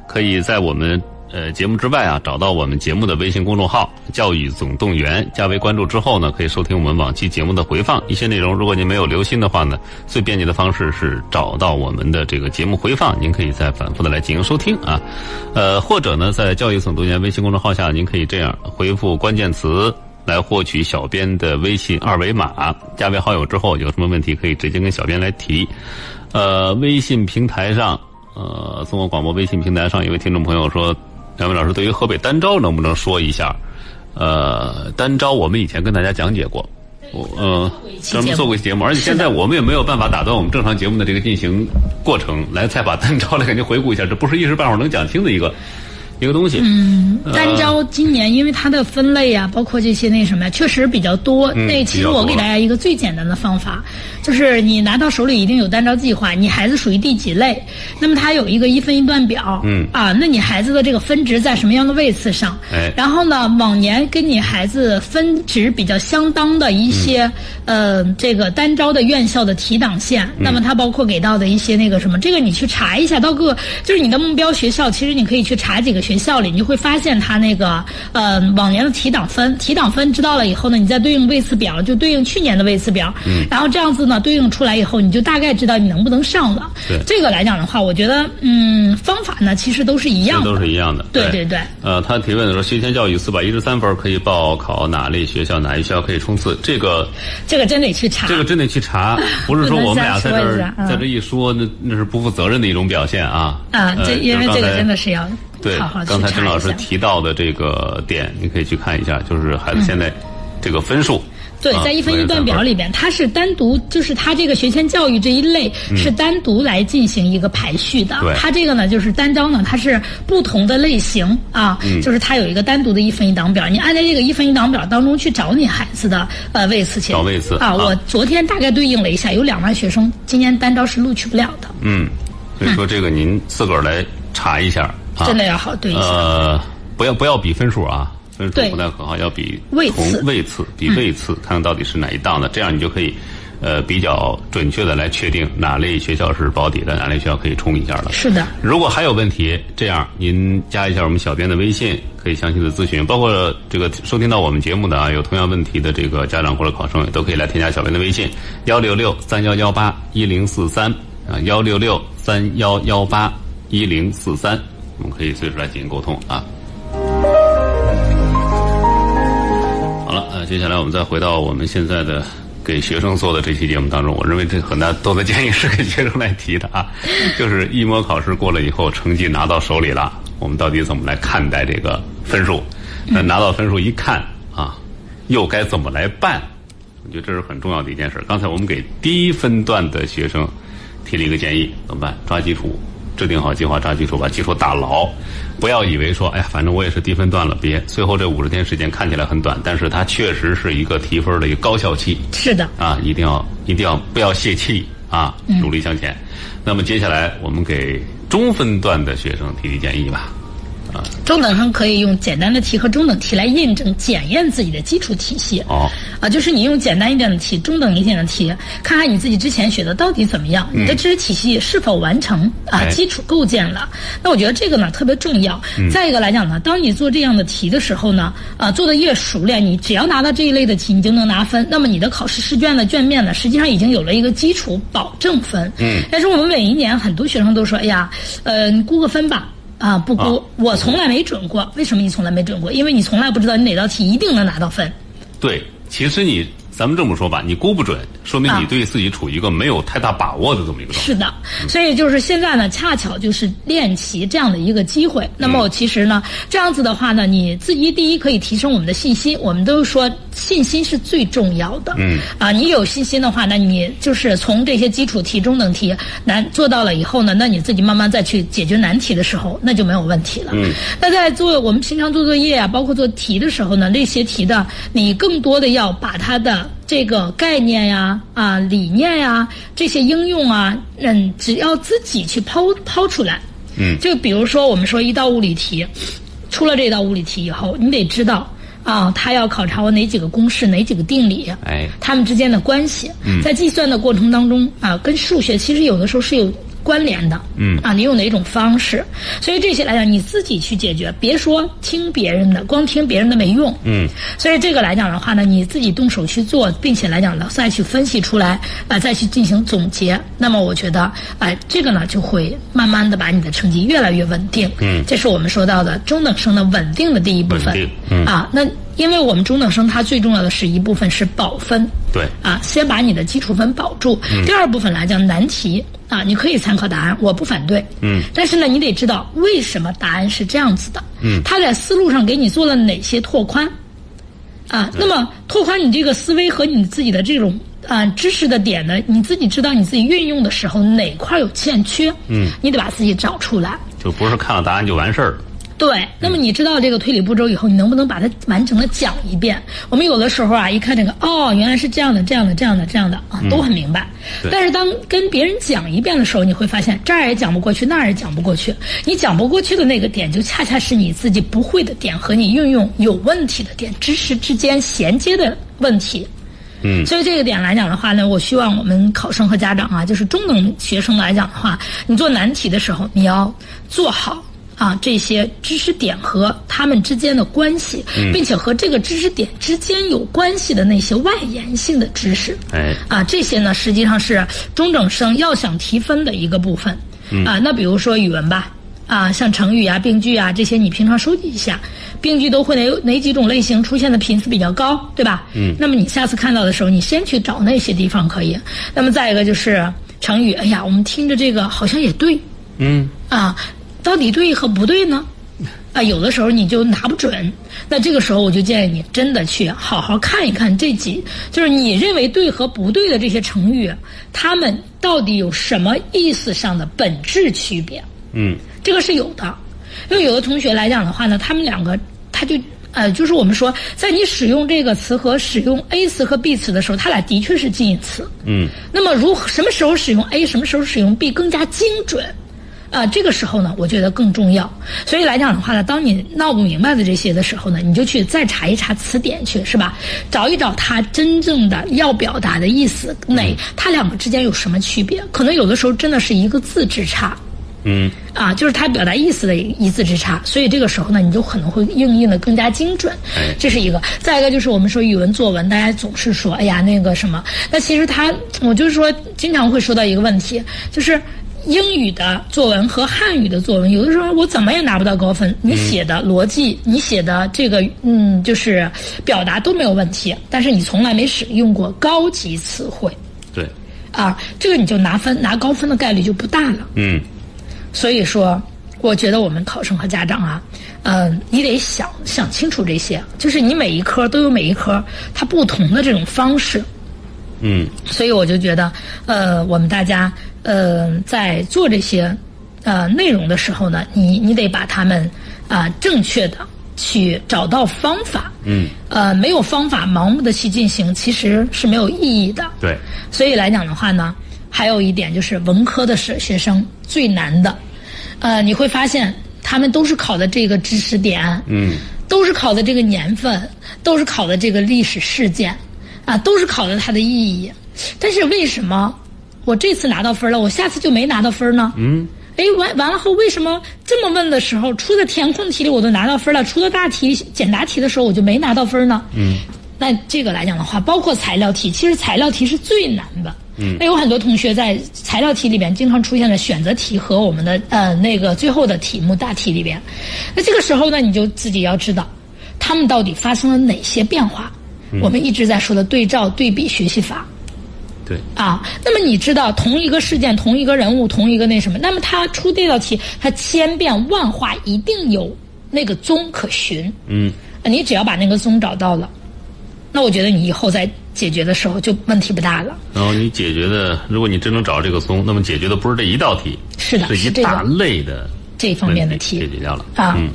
Speaker 1: 可以在我们呃节目之外啊，找到我们节目的微信公众号“教育总动员”，加为关注之后呢，可以收听我们往期节目的回放。一些内容，如果您没有留心的话呢，最便捷的方式是找到我们的这个节目回放，您可以再反复的来进行收听啊。呃，或者呢，在“教育总动员”微信公众号下，您可以这样回复关键词。来获取小编的微信二维码，加为好友之后有什么问题可以直接跟小编来提。呃，微信平台上，呃，中国广播微信平台上，有位听众朋友说，两位老师对于河北单招能不能说一下？呃，单招我们以前跟大家讲解过，我呃，专门做过一期节目，而且现在我们也没有办法打断我们正常节目的这个进行过程，来再把单招来给您回顾一下，这不是一时半会儿能讲清的一个一个东西。嗯，
Speaker 2: 单招今年因为它的分类啊，包括这些那什么呀，确实比较多。
Speaker 1: 嗯
Speaker 2: 那其实我给大家一个最简单的方法，就是你拿到手里一定有单招计划，你孩子属于第几类，那么它有一个一分一段表，
Speaker 1: 嗯
Speaker 2: 啊，那你孩子的这个分值在什么样的位次上？
Speaker 1: 哎
Speaker 2: 然后呢，往年跟你孩子分值比较相当的一些，
Speaker 1: 嗯
Speaker 2: 呃，这个单招的院校的提档线，那么它包括给到的一些那个什么，这个你去查一下，到各就是你的目标学校，其实你可以去查几个学校里，你就会发现它那个，呃，往年的提档分，提档分知道了以后呢，你再对应位次表，就对应去年的位次表，
Speaker 1: 嗯
Speaker 2: 然后这样子呢，对应出来以后，你就大概知道你能不能上了。
Speaker 1: 对
Speaker 2: 这个来讲的话，我觉得，嗯，方法呢其实都是一
Speaker 1: 这
Speaker 2: 样的
Speaker 1: 都。是一样的。
Speaker 2: 对对对
Speaker 1: 呃，他提问的时候，学前教育四百一十三分儿可以报考哪类学校，哪一学校可以冲刺？这个
Speaker 2: 这个真得去查。
Speaker 1: 这个真得去查，不是说我们俩在这
Speaker 2: 不能瞎说一
Speaker 1: 儿
Speaker 2: 下嗯
Speaker 1: 在这一说，那那是不负责任的一种表现啊。
Speaker 2: 啊，
Speaker 1: 呃
Speaker 2: 这因为
Speaker 1: 就是刚
Speaker 2: 这个
Speaker 1: 才
Speaker 2: 真的是要
Speaker 1: 对
Speaker 2: 好好，去
Speaker 1: 刚才郑
Speaker 2: 查
Speaker 1: 老
Speaker 2: 一
Speaker 1: 师
Speaker 2: 下。
Speaker 1: 提到的这个点，你可以去看一下，就是孩子现在这个分数。
Speaker 2: 对
Speaker 1: 啊，
Speaker 2: 在一分一段表里边，它是单独，就是它这个学前教育这一类是单独来进行一个排序的
Speaker 1: 嗯对。
Speaker 2: 它这个呢，就是单招呢，它是不同的类型啊，
Speaker 1: 嗯
Speaker 2: 就是它有一个单独的一分一档表，你按照这个一分一档表当中去找你孩子的呃位次去
Speaker 1: 找位次
Speaker 2: 啊。
Speaker 1: 啊
Speaker 2: 我昨天大概对应了一下，有两万学生今年单招是录取不了的，
Speaker 1: 嗯，所以说这个您自个儿来查一下啊。
Speaker 2: 真的要好对一下。
Speaker 1: 呃，不要不要比分数啊，分数
Speaker 2: 对
Speaker 1: 不太可靠，要比
Speaker 2: 位
Speaker 1: 同
Speaker 2: 次嗯
Speaker 1: 位次比位次，看看到底是哪一档的，这样你就可以。呃，比较准确的来确定哪类学校是保底的，哪类学校可以冲一下了。
Speaker 2: 是的，
Speaker 1: 如果还有问题，这样您加一下我们小编的微信，可以详细的咨询。包括这个收听到我们节目的啊，有同样问题的这个家长或者考生，也都可以来添加小编的微信：幺六六三幺幺八一零四三啊，幺六六三幺幺八一零四三，我们可以随时来进行沟通啊。好了，呃，接下来我们再回到我们现在的给学生做的这期节目当中，我认为这很大多的建议是给学生来提的啊，就是一模考试过了以后，成绩拿到手里了，我们到底怎么来看待这个分数？那拿到分数一看啊，又该怎么来办？我觉得这是很重要的一件事。刚才我们给低分段的学生提了一个建议，怎么办？抓基础，制定好计划，抓基础，把基础打牢。不要以为说，哎呀，反正我也是低分段了，别。最后这五十天时间看起来很短，但是它确实是一个提分的一个高效期
Speaker 2: 是的。
Speaker 1: 啊！一定要一定要不要泄气啊，努力向前。那么接下来我们给中分段的学生提提建议吧。
Speaker 2: 中等生可以用简单的题和中等题来验证、检验自己的基础体系。
Speaker 1: 哦
Speaker 2: 啊，就是你用简单一点的题、中等一点的题，看看你自己之前学的到底怎么样，你的知识体系是否完成啊
Speaker 1: 嗯哎，嗯
Speaker 2: 基础构建了。那我觉得这个呢特别重要。再一个来讲呢，当你做这样的题的时候呢，啊，做的越熟练，你只要拿到这一类的题，你就能拿分。那么你的考试试卷的卷面呢，实际上已经有了一个基础保证分。嗯，但是我们每一年很多学生都说，哎呀，呃，你估个分吧。啊，不估，
Speaker 1: 啊
Speaker 2: 我从来没准过。为什么你从来没准过？因为你从来不知道你哪道题一定能拿到分。
Speaker 1: 对，其实你咱们这么说吧，你估不准，说明你
Speaker 2: 啊
Speaker 1: 对自己处于一个没有太大把握的这么嗯一个状态。
Speaker 2: 是的，所以就是现在呢，恰巧就是练习这样的一个机会。那
Speaker 1: 嗯
Speaker 2: 么我其实呢，这样子的话呢，你自己第一可以提升我们的信心。我们都说信心是最重要的。
Speaker 1: 嗯
Speaker 2: 啊，你有信心的话，那你就是从这些基础题、中等题难做到了以后呢，那你自己慢慢再去解决难题的时候，那就没有问题了。嗯，那在做我们平常做作业啊，包括做题的时候呢，这些题的你更多的要把它的这个概念呀、啊、理念呀、这些应用啊，嗯，只要自己去抛抛出来。
Speaker 1: 嗯
Speaker 2: 就比如说我们说一道物理题，出了这道物理题以后，你得知道啊，它要考察我哪几个公式、哪几个定理。
Speaker 1: 哎，
Speaker 2: 它们之间的关系，
Speaker 1: 嗯
Speaker 2: 在计算的过程当中啊，跟数学其实有的时候是有关联的。
Speaker 1: 嗯
Speaker 2: 啊，你用哪种方式？所以这些来讲，你自己去解决，别说听别人的，光听别人的没用。
Speaker 1: 嗯，
Speaker 2: 所以这个来讲的话呢，你自己动手去做，并且来讲呢，再去分析出来，啊、再去进行总结。那么我觉得，啊、这个呢就会慢慢的把你的成绩越来越稳定。
Speaker 1: 嗯
Speaker 2: 这是我们说到的中等生的稳定的第一部分。
Speaker 1: 稳定嗯
Speaker 2: 啊，那因为我们中等生它最重要的是一部分是保分。
Speaker 1: 对嗯
Speaker 2: 啊，先把你的基础分保住。第二部分来讲，难题啊，你可以参考答案，我不反对。
Speaker 1: 嗯，
Speaker 2: 但是呢，你得知道为什么答案是这样子的。
Speaker 1: 嗯
Speaker 2: 他在思路上给你做了哪些拓宽？啊，那么拓宽你这个思维和你自己的这种啊知识的点呢，你自己知道你自己运用的时候哪块有欠缺，嗯，你得把自己找出来。
Speaker 1: 就不是看了答案就完事儿了。
Speaker 2: 对，那么你知道这个推理步骤以后，你能不能把它完整的讲一遍？我们有的时候啊，一看这个，哦，原来是这样的，这样的，这样的，这样的啊，都很明白。
Speaker 1: 对
Speaker 2: 但是当跟别人讲一遍的时候，你会发现这儿也讲不过去，那儿也讲不过去。你讲不过去的那个点，就恰恰是你自己不会的点和你运用有问题的点，知识之间衔接的问题。
Speaker 1: 嗯
Speaker 2: 所以这个点来讲的话呢，我希望我们考生和家长啊，就是中等学生来讲的话，你做难题的时候，你要做好啊这些知识点和他们之间的关系，
Speaker 1: 嗯
Speaker 2: 并且和这个知识点之间有关系的那些外延性的知识。
Speaker 1: 哎
Speaker 2: 啊，这些呢实际上是中等生要想提分的一个部分。啊，那比如说语文吧，啊，像成语啊、病句啊这些，你平常收集一下，病句都会哪哪几种类型出现的频次比较高，对吧？嗯。那么你下次看到的时候，你先去找那些地方可以。那么再一个就是成语，哎呀，我们听着这个好像也对，
Speaker 1: 嗯，
Speaker 2: 啊，到底对和不对呢？啊，有的时候你就拿不准，那这个时候我就建议你真的去好好看一看这几，就是你认为对和不对的这些成语，它们到底有什么意思上的本质区别？
Speaker 1: 嗯，
Speaker 2: 这个是有的。因为有的同学来讲的话呢，他们两个他就呃，就是我们说，在你使用这个词和使用 A 词和 B 词的时候，它俩的确是近义词。
Speaker 1: 嗯，
Speaker 2: 那么如何什么时候使用 A，什么时候使用 B 更加精准？啊、这个时候呢，我觉得更重要。所以来讲的话呢，当你闹不明白的这些的时候呢，你就去再查一查词典去，是吧？找一找它真正的要表达的意思，哪它两个之间有什么区别？可能有的时候真的是一个字之差。
Speaker 1: 嗯，
Speaker 2: 啊，就是它表达意思的一字之差，所以这个时候呢，你就可能会应用的更加精准
Speaker 1: 哎，
Speaker 2: 这是一个。再一个就是我们说语文作文，大家总是说，哎呀那个什么，那其实它，我就是说经常会说到一个问题，就是。英语的作文和汉语的作文，有的时候我怎么也拿不到高分。你写的逻辑，你写的这个，嗯，就是表达都没有问题，但是你从来没使用过高级词汇
Speaker 1: 对，
Speaker 2: 啊，这个你就拿分拿高分的概率就不大了。
Speaker 1: 嗯
Speaker 2: 所以说，我觉得我们考生和家长啊，嗯、你得想想清楚这些，就是你每一科都有每一科它不同的这种方式。
Speaker 1: 嗯，
Speaker 2: 所以我就觉得，呃，我们大家，呃，在做这些，呃，内容的时候呢，你你得把它们啊、正确的去找到方法，
Speaker 1: 嗯，
Speaker 2: 呃，没有方法盲目的去进行，其实是没有意义的，
Speaker 1: 对，
Speaker 2: 所以来讲的话呢，还有一点就是文科的学学生最难的，呃，你会发现他们都是考的这个知识点，
Speaker 1: 嗯，
Speaker 2: 都是考的这个年份，都是考的这个历史事件，啊，都是考的它的意义。但是为什么我这次拿到分了，我下次就没拿到分呢？嗯。哎，完完了后，为什么这么问的时候，出的填空题里我都拿到分了，出的大题、简答题的时候我就没拿到分呢？嗯，那这个来讲的话，包括材料题，其实材料题是最难的。嗯，那有很多同学在材料题里边经常出现了选择题和我们的呃那个最后的题目大题里边，那这个时候呢，你就自己要知道，他们到底发生了哪些变化。我们一直在说的对照对比学习法。
Speaker 1: 对，
Speaker 2: 啊，那么你知道同一个事件、同一个人物、同一个那什么，那么他出这道题，他千变万化，一定有那个踪可循。
Speaker 1: 嗯，
Speaker 2: 你只要把那个踪找到了，那我觉得你以后在解决的时候就问题不大了。
Speaker 1: 然后你解决的，如果你真能找这个松，那么解决的不是这一道题，
Speaker 2: 是的
Speaker 1: 是
Speaker 2: 是
Speaker 1: 一
Speaker 2: 这个
Speaker 1: 大类的
Speaker 2: 这一方面的
Speaker 1: 问题
Speaker 2: 题
Speaker 1: 解决掉了
Speaker 2: 啊
Speaker 1: 嗯，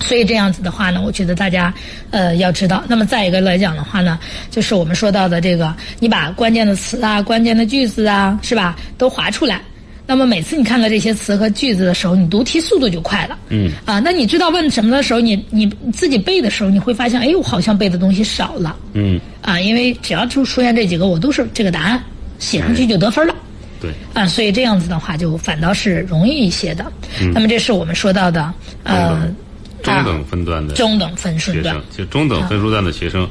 Speaker 2: 所以这样子的话呢，我觉得大家呃要知道。那么再一个来讲的话呢，就是我们说到的这个，你把关键的词啊、关键的句子啊，是吧，都划出来。那么每次你看到这些词和句子的时候，你读题速度就快了。
Speaker 1: 嗯。
Speaker 2: 啊，那你知道问什么的时候，你你你自己背的时候，你会发现，哎，我好像背的东西少了。
Speaker 1: 嗯，
Speaker 2: 啊，因为只要出出现这几个，我都是这个答案，写上去就得分了。
Speaker 1: 对，
Speaker 2: 啊，所以这样子的话，就反倒是容易一些的。
Speaker 1: 嗯
Speaker 2: 那么这是我们说到的，呃，
Speaker 1: 中
Speaker 2: 啊
Speaker 1: 等分段的
Speaker 2: 中等分数
Speaker 1: 学
Speaker 2: 段啊
Speaker 1: 生，，就中等分数段的学生，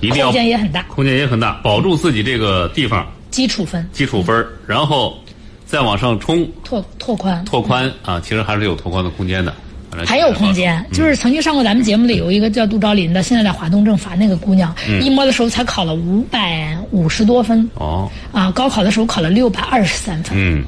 Speaker 1: 一定要
Speaker 2: 空间也很大
Speaker 1: 空间也很大，保住自己这个地方
Speaker 2: 基础分
Speaker 1: 基础分
Speaker 2: 嗯
Speaker 1: 儿然后再往上冲
Speaker 2: 拓拓宽。
Speaker 1: 拓宽啊，其实还是有拓宽的空间的。嗯反正
Speaker 2: 还有空间，就是曾经上过咱们节目的有一个叫杜昭林的，现在在华东政法那个姑娘，一模的时候才考了五百五十多分，
Speaker 1: 嗯哦，
Speaker 2: 啊，高考的时候考了六百二十三分，
Speaker 1: 嗯，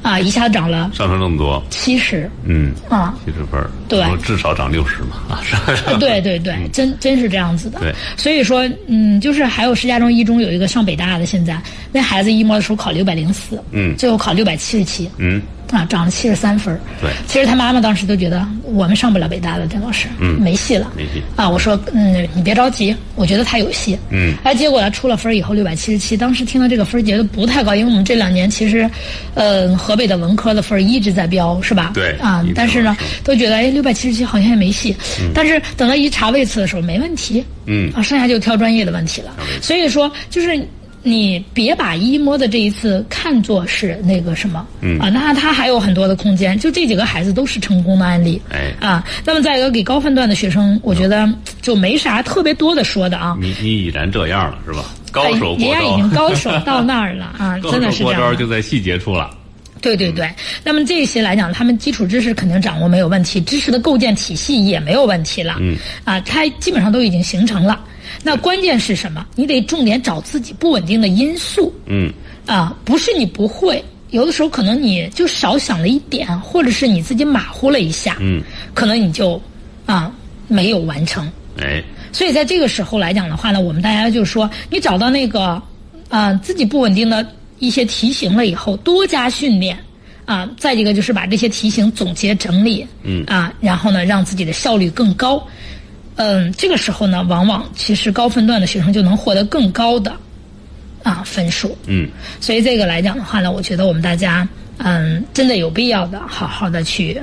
Speaker 2: 啊，一下涨了
Speaker 1: 上升这么多，
Speaker 2: 七十，
Speaker 1: 嗯，
Speaker 2: 啊，
Speaker 1: 七十分儿
Speaker 2: 对
Speaker 1: 我说至少涨六十嘛啊，是吧
Speaker 2: 呃对对对，真真是这样子的。
Speaker 1: 对
Speaker 2: 所以说，嗯，就是还有石家庄一中有一个上北大的，现在那孩子一模的时候考六百零四，
Speaker 1: 嗯
Speaker 2: 最后考六百七十七，
Speaker 1: 嗯，
Speaker 2: 啊，涨了七十三分儿。
Speaker 1: 对
Speaker 2: 其实他妈妈当时都觉得我们上不了北大了，郑老师，嗯，没戏了，
Speaker 1: 没戏
Speaker 2: 啊，我说，嗯，你别着急，我觉得他有戏，
Speaker 1: 嗯
Speaker 2: 哎，结果他出了分儿以后六百七十七，当时听到这个分儿觉得不太高，因为我们这两年其实，呃，河北的文科的分儿一直在飙，是吧？
Speaker 1: 对
Speaker 2: 啊
Speaker 1: 一直，
Speaker 2: 但是呢
Speaker 1: 往上，
Speaker 2: 都觉得哎，六百七十七好像也没戏。但是等到一查位次的时候，没问题。
Speaker 1: 嗯
Speaker 2: 啊，剩下就挑专业的问题了。所以说，就是你别把一摸的这一次看作是那个什么，
Speaker 1: 嗯
Speaker 2: 啊，那他还有很多的空间。就这几个孩子都是成功的案例。
Speaker 1: 哎哦
Speaker 2: 啊，那么再一个给高分段的学生，我觉得就没啥特别多的说的啊。
Speaker 1: 你你已然这样了是吧？嗯高手过
Speaker 2: 哎人家
Speaker 1: 招
Speaker 2: 已经，高手到那儿了啊，
Speaker 1: 高
Speaker 2: 真的
Speaker 1: 手
Speaker 2: 是这
Speaker 1: 过
Speaker 2: 样
Speaker 1: 招
Speaker 2: 的。
Speaker 1: 就在细节处了。
Speaker 2: 对对
Speaker 1: 嗯
Speaker 2: 对，那么这些来讲，他们基础知识肯定掌握没有问题，知识的构建体系也没有问题了。
Speaker 1: 嗯，
Speaker 2: 啊，它基本上都已经形成了。那关键是什么？你得重点找自己不稳定的因素。
Speaker 1: 嗯，
Speaker 2: 啊，不是你不会，有的时候可能你就少想了一点，或者是你自己马虎了一下。
Speaker 1: 嗯，
Speaker 2: 可能你就啊没有完成。
Speaker 1: 哎，
Speaker 2: 所以在这个时候来讲的话呢，我们大家就是说，你找到那个，呃，自己不稳定的一些题型了以后，多加训练，啊、再一个就是把这些题型总结整理，
Speaker 1: 嗯
Speaker 2: 啊、然后呢，让自己的效率更高，嗯，这个时候呢，往往其实高分段的学生就能获得更高的啊、分数，
Speaker 1: 嗯，
Speaker 2: 所以这个来讲的话呢，我觉得我们大家，嗯，真的有必要的好好的去，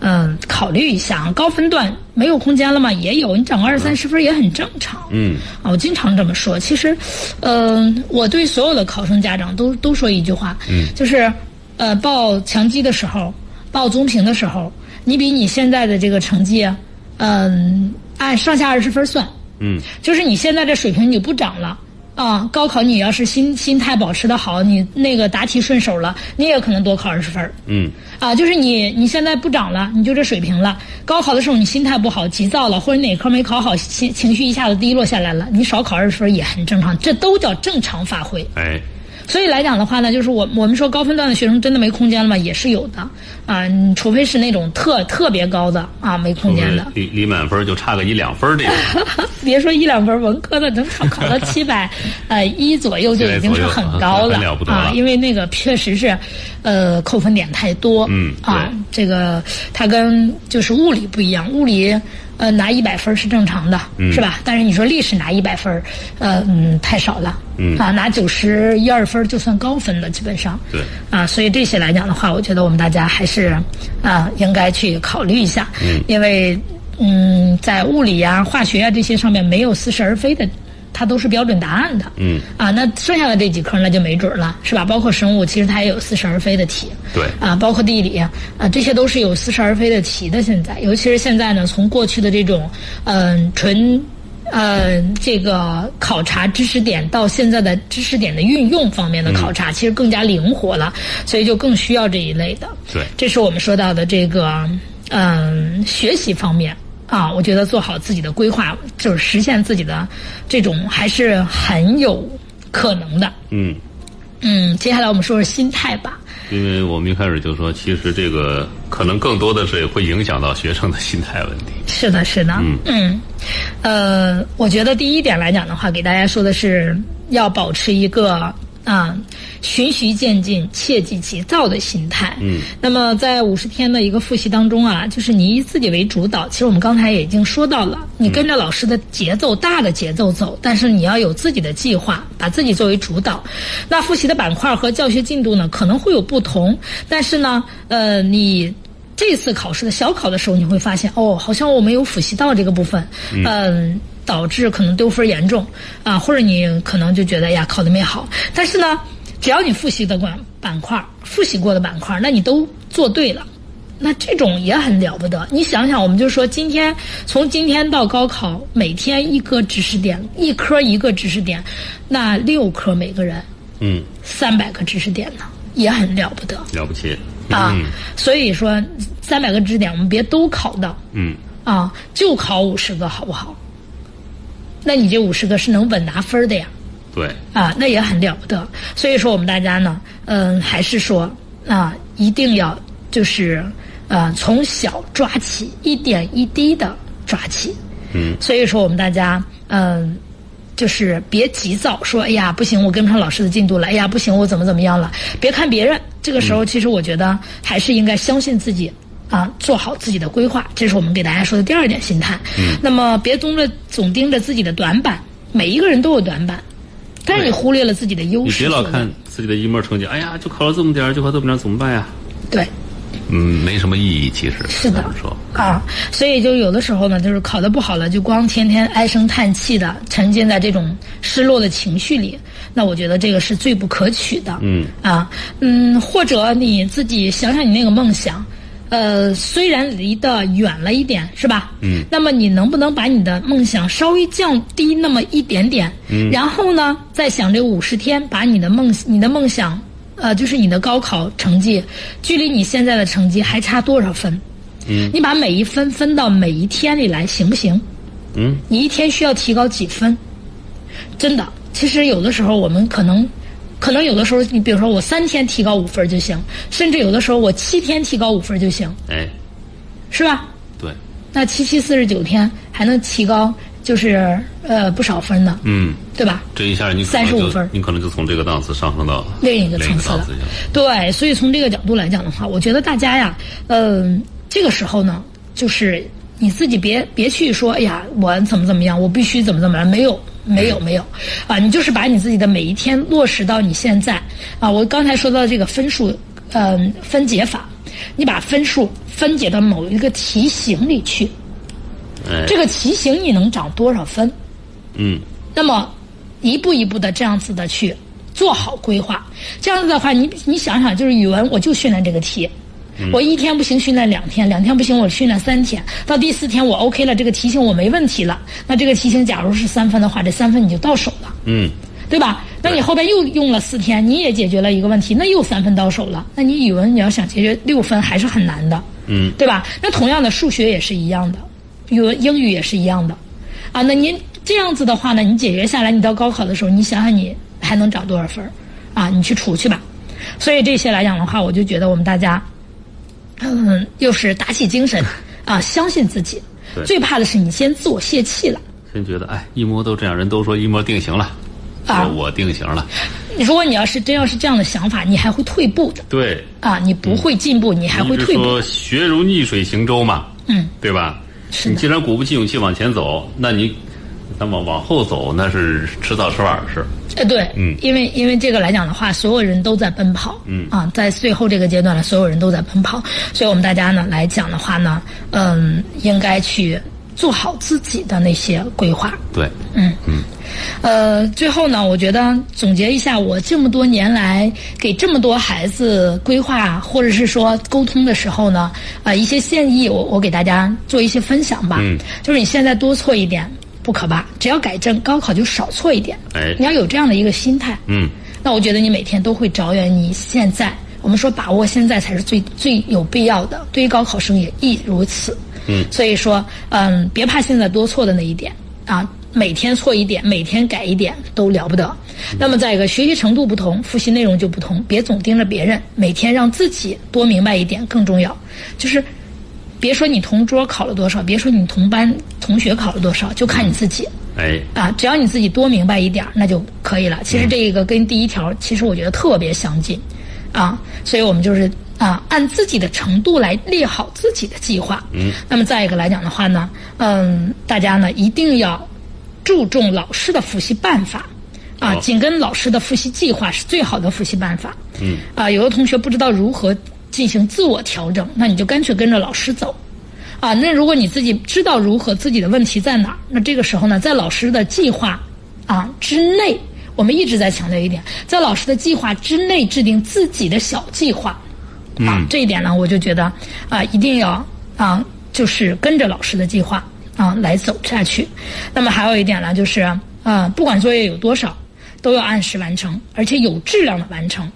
Speaker 2: 嗯，考虑一下啊。高分段没有空间了吗？也有，你涨个二三十分也很正常。
Speaker 1: 嗯，
Speaker 2: 啊，我经常这么说。其实，嗯、我对所有的考生家长都都说一句话，嗯，就是，呃，报强基的时候，报综评的时候，你比你现在的这个成绩，啊嗯、按上下二十分算，
Speaker 1: 嗯，
Speaker 2: 就是你现在这水平你不涨了。啊，高考你要是心心态保持的好，你那个答题顺手了，你也可能多考二十分儿
Speaker 1: 嗯，
Speaker 2: 啊，就是你你现在不涨了，你就这水平了。高考的时候你心态不好，急躁了，或者哪科没考好，心情绪一下子低落下来了，你少考二十分也很正常，这都叫正常发挥。
Speaker 1: 哎，
Speaker 2: 所以来讲的话呢，就是我我们说高分段的学生真的没空间了吗？也是有的啊，你除非是那种特特别高的啊，没空间的。
Speaker 1: 离离满分就差个一两分儿这个。
Speaker 2: 别说一两分文科的能考考到七百呃一左右就已经是很
Speaker 1: 700左
Speaker 2: 高
Speaker 1: 右很了不得了
Speaker 2: 啊，因为那个确实是，呃，扣分点太多。
Speaker 1: 嗯
Speaker 2: 啊
Speaker 1: 对，
Speaker 2: 这个它跟就是物理不一样，物理呃，拿一百分是正常的，
Speaker 1: 嗯
Speaker 2: 是吧？但是你说历史拿一百分，呃，嗯，太少了，嗯啊，拿九十一二分就算高分了，基本上
Speaker 1: 对
Speaker 2: 啊，所以这些来讲的话，我觉得我们大家还是啊，应该去考虑一下，嗯，因为嗯，在物理啊、化学啊这些上面没有似是而非的。它都是标准答案的，嗯啊，那剩下的这几科那就没准儿了，是吧？包括生物，其实它也有似是而非的题，
Speaker 1: 对
Speaker 2: 啊，包括地理啊，这些都是有似是而非的题的。现在，尤其是现在呢，从过去的这种嗯、纯呃这个考察知识点到现在的知识点的运用方面的考察，其实更加灵活了，所以就更需要这一类的。
Speaker 1: 对
Speaker 2: 这是我们说到的这个嗯、学习方面。啊，我觉得做好自己的规划，就是实现自己的这种还是很有可能的。
Speaker 1: 嗯，
Speaker 2: 嗯，接下来我们说说心态吧。
Speaker 1: 因为我们一开始就说，其实这个可能更多的是会影响到学生的心态问题。
Speaker 2: 是的，是的，嗯呃，我觉得第一点来讲的话，给大家说的是要保持一个啊、循序渐进、切忌急躁的心态。嗯，那么在五十天的一个复习当中啊，就是你以自己为主导。其实我们刚才也已经说到了，你跟着老师的节奏、大的节奏走，但是你要有自己的计划，把自己作为主导。那复习的板块和教学进度呢，可能会有不同，但是呢，呃，你。这次考试的小考的时候，你会发现哦，好像我没有复习到这个部分，嗯、导致可能丢分严重啊，或者你可能就觉得哎呀考的没好，但是呢，只要你复习的板板块儿、复习过的板块儿，那你都做对了。那这种也很了不得。你想想，我们就说今天从今天到高考，每天一个知识点，一科一个知识点，那六科每个人
Speaker 1: 嗯，
Speaker 2: 三百个知识点呢，也很了不得。
Speaker 1: 了不起。
Speaker 2: 啊，所以说三百个知识点我们别都考到
Speaker 1: 嗯，
Speaker 2: 啊，就考五十个好不好？那你这五十个是能稳拿分儿的呀，
Speaker 1: 对，
Speaker 2: 啊，那也很了不得。所以说我们大家呢，嗯，还是说啊，一定要就是呃从小抓起，一点一滴的抓起。
Speaker 1: 嗯，
Speaker 2: 所以说我们大家嗯。就是别急躁，说哎呀不行，我跟不上老师的进度了，哎呀不行，我怎么怎么样了？别看别人，这个时候其实我觉得还是应该相信自己。啊，做好自己的规划，这是我们给大家说的第二点心态。嗯、那么别总着总盯着自己的短板，每一个人都有短板，但是你忽略了自己的优
Speaker 1: 你
Speaker 2: 势。
Speaker 1: 别老看自己的一模成绩，哎呀，就考了这么点儿，就考这么点儿，怎么办呀？
Speaker 2: 对，
Speaker 1: 嗯，没什么意义，其实
Speaker 2: 是的
Speaker 1: 怎么说，
Speaker 2: 啊，所以就有的时候呢，就是考得不好了，就光天天唉声叹气的，沉浸在这种失落的情绪里，那我觉得这个是最不可取的。嗯啊，嗯，或者你自己想想你那个梦想。呃，虽然离得远了一点，是吧？嗯。那么你能不能把你的梦想稍微降低那么一点点？嗯。然后呢，再想这五十天，把你的梦、你的梦想，呃，就是你的高考成绩，距离你现在的成绩还差多少分？你把每一分分到每一天里来，行不行？
Speaker 1: 嗯，
Speaker 2: 你一天需要提高几分？真的，其实有的时候我们可能，可能有的时候，你比如说我三天提高五分就行，甚至有的时候我七天提高五分就行，
Speaker 1: 哎，
Speaker 2: 是吧？
Speaker 1: 对，
Speaker 2: 那七七四十九天还能提高，就是呃不少分呢，
Speaker 1: 嗯，
Speaker 2: 对吧？
Speaker 1: 这一下你可能
Speaker 2: 35
Speaker 1: 就
Speaker 2: 分
Speaker 1: 你可能就从这个档次上升到
Speaker 2: 另一个
Speaker 1: 另一
Speaker 2: 层
Speaker 1: 个
Speaker 2: 次
Speaker 1: 档
Speaker 2: 了
Speaker 1: 次去了。。
Speaker 2: 对，所以从这个角度来讲的话，我觉得大家呀，嗯、这个时候呢，就是你自己别别去说，哎呀，我怎么怎么样，我必须怎么怎么样，没有。没有没有，啊，你就是把你自己的每一天落实到你现在，啊，我刚才说到这个分数，嗯、分解法，你把分数分解到某一个题型里去，
Speaker 1: 哎，
Speaker 2: 这个题型你能涨多少分？
Speaker 1: 嗯，
Speaker 2: 那么一步一步的这样子的去做好规划。这样子的话，你你想想，就是语文我就训练这个题。
Speaker 1: 嗯
Speaker 2: 我一天不行，训练两天；两天不行，我训练三天。到第四天，我 OK 了，这个题型我没问题了。那这个题型假如是三分的话，这三分你就到手了，
Speaker 1: 嗯，
Speaker 2: 对吧？那你后边又用了四天，你也解决了一个问题，那又三分到手了。那你语文你要想解决六分还是很难的，
Speaker 1: 嗯，
Speaker 2: 对吧？那同样的，数学也是一样的，语文、英语也是一样的，啊，那您这样子的话呢，你解决下来，你到高考的时候，你想想你还能涨多少分儿啊？你去除去吧。所以这些来讲的话，我就觉得我们大家，嗯，又是打 起精神啊，相信自己
Speaker 1: 对。
Speaker 2: 最怕的是你先自我泄气了。
Speaker 1: 真觉得哎，一模都这样，人都说一模定型了，
Speaker 2: 啊
Speaker 1: 说我定型了，
Speaker 2: 如果你要是真要是这样的想法，你还会退步的
Speaker 1: 对，
Speaker 2: 啊，你不会进步，你还
Speaker 1: 一
Speaker 2: 会
Speaker 1: 直
Speaker 2: 退步。
Speaker 1: 说学如逆水行舟嘛，
Speaker 2: 嗯，
Speaker 1: 对吧？
Speaker 2: 是
Speaker 1: 你
Speaker 2: 的，
Speaker 1: 既然鼓不起勇气往前走，那你那么往后走，那是迟早迟晚的事。
Speaker 2: 呃，对，嗯，因为因为这个来讲的话，所有人都在奔跑，嗯啊，在最后这个阶段呢，所有人都在奔跑，所以我们大家呢来讲的话呢，嗯，应该去做好自己的那些规划，
Speaker 1: 对，
Speaker 2: 呃，最后呢，我觉得总结一下，我这么多年来给这么多孩子规划或者是说沟通的时候呢，呃，一些建议我，我给大家做一些分享吧。嗯，就是你现在多错一点不可怕，只要改正，高考就少错一点。
Speaker 1: 哎
Speaker 2: 你要有这样的一个心态。
Speaker 1: 嗯，
Speaker 2: 那我觉得你每天都会着眼你现在。我们说把握现在才是最最有必要的，对于高考生也亦如此。嗯，所以说，嗯，别怕现在多错的那一点啊，每天错一点，每天改一点都了不得。那么再一个，学习程度不同，复习内容就不同，别总盯着别人，每天让自己多明白一点更重要。就是别说你同桌考了多少，别说你同班同学考了多少，就看你自己。
Speaker 1: 哎，
Speaker 2: 啊，只要你自己多明白一点儿，那就可以了。其实这个跟第一条，其实我觉得特别相近，啊，所以我们就是啊，按自己的程度来列好自己的计划。嗯，那么再一个来讲的话呢，嗯，大家呢一定要注重老师的复习办法。啊，
Speaker 1: 好
Speaker 2: 紧跟老师的复习计划是最好的复习办法。嗯，啊，有的同学不知道如何进行自我调整，那你就干脆跟着老师走。啊，那如果你自己知道如何自己的问题在哪儿，那这个时候呢，在老师的计划啊之内，我们一直在强调一点，在老师的计划之内制定自己的小计划。啊，这一点呢，我就觉得啊，一定要啊，就是跟着老师的计划啊来走下去。那么还有一点呢，就是啊，不管作业有多少，都要按时完成，而且有质量的完成。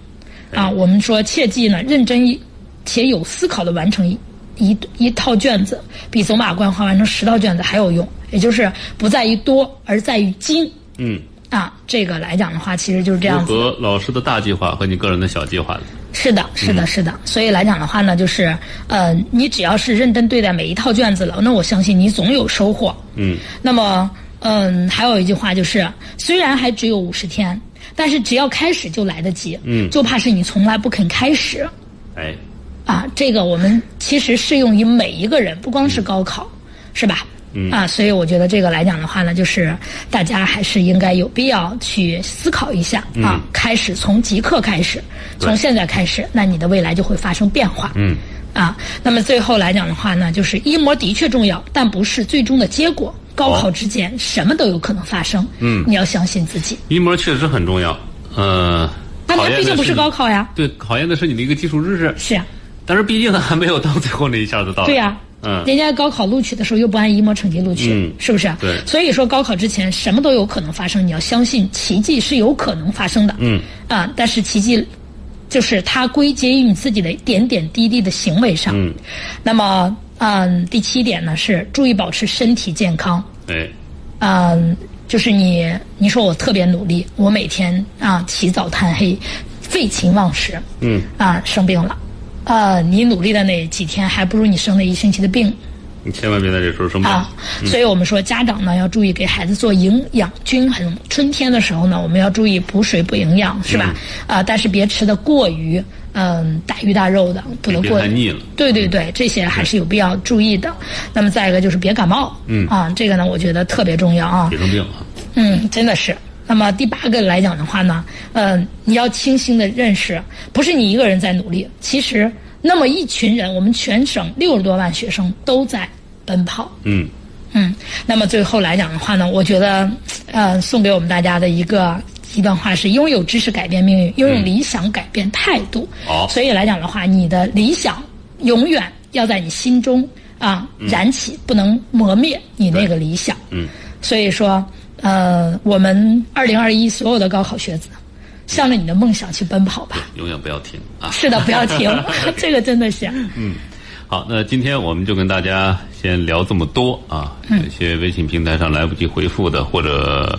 Speaker 2: 啊，我们说切记呢，认真一且有思考的完成一一一套卷子，比走马观花完成十道卷子还有用。也就是不在于多，而在于精。
Speaker 1: 嗯，
Speaker 2: 啊，这个来讲的话，其实就是这
Speaker 1: 如
Speaker 2: 样子。
Speaker 1: 何老师的大计划和你个人的小计划呢？
Speaker 2: 是的，是的，是的。所以来讲的话呢，就是呃，你只要是认真对待每一套卷子了，那我相信你总有收获。嗯。那么，嗯、还有一句话就是，虽然还只有五十天，但是只要开始就来得及。嗯。就怕是你从来不肯开始
Speaker 1: 哎，
Speaker 2: 啊！这个我们其实适用于每一个人，不光是高考，是吧？嗯啊，所以我觉得这个来讲的话呢，就是大家还是应该有必要去思考一下啊，开始从即刻开始，从现在开始，那你的未来就会发生变化。嗯啊，那么最后来讲的话呢，就是一模的确重要，但不是最终的结果。高考之间什么都有可能发生，哦嗯，你要相信自己。
Speaker 1: 一模确实很重要，呃，
Speaker 2: 那
Speaker 1: 考
Speaker 2: 它
Speaker 1: 验
Speaker 2: 毕
Speaker 1: 的
Speaker 2: 竟不是
Speaker 1: 你
Speaker 2: 高，考呀，
Speaker 1: 对，考验的是你的一个基础知识，
Speaker 2: 是啊，
Speaker 1: 但是毕竟呢还没有到最后那一下子到来。
Speaker 2: 对呀、
Speaker 1: 嗯，
Speaker 2: 人家高考录取的时候又不按一模成绩录取，
Speaker 1: 嗯
Speaker 2: 是不是？
Speaker 1: 对
Speaker 2: 所以说高考之前什么都有可能发生，你要相信奇迹是有可能发生的。嗯，啊，但是奇迹就是它归结于你自己的点点滴滴的行为上。嗯，那么，嗯，第七点呢是注意保持身体健康。
Speaker 1: 哎，
Speaker 2: 嗯，就是你，你说我特别努力，我每天啊起早贪黑，废寝忘食，嗯，啊生病了，啊你努力的那几天，还不如你生了一星期的病
Speaker 1: 你千万别在这时候生病。
Speaker 2: 啊，所以我们说家长呢要注意给孩子做营养均衡。春天的时候呢，我们要注意补水补营养，是吧？
Speaker 1: 嗯
Speaker 2: 啊、但是别吃的过于嗯大鱼大肉的，不能
Speaker 1: 别
Speaker 2: 过
Speaker 1: 太腻了嗯
Speaker 2: 对对对，这些还是有必要注意的。那么再一个就是别感冒，嗯啊，这个呢我觉得特别重要啊。
Speaker 1: 别生病啊！
Speaker 2: 嗯，真的是。那么第八个来讲的话呢，嗯、你要清醒的认识，不是你一个人在努力，其实那么一群人，我们全省六十多万学生都在奔跑。
Speaker 1: 嗯，
Speaker 2: 嗯，那么最后来讲的话呢，我觉得，呃，送给我们大家的一个一段话是：拥有知识改变命运，拥有理想改变态度。
Speaker 1: 嗯好
Speaker 2: 所以来讲的话，你的理想永远要在你心中啊、
Speaker 1: 嗯
Speaker 2: 燃起，不能磨灭你那个理想。嗯，所以说，呃，我们二零二一所有的高考学子，向着你的梦想去奔跑吧。
Speaker 1: 永远不要停啊！
Speaker 2: 是的，不要 停，这个真的是。
Speaker 1: 好，那今天我们就跟大家先聊这么多啊。有些微信平台上来不及回复的，或者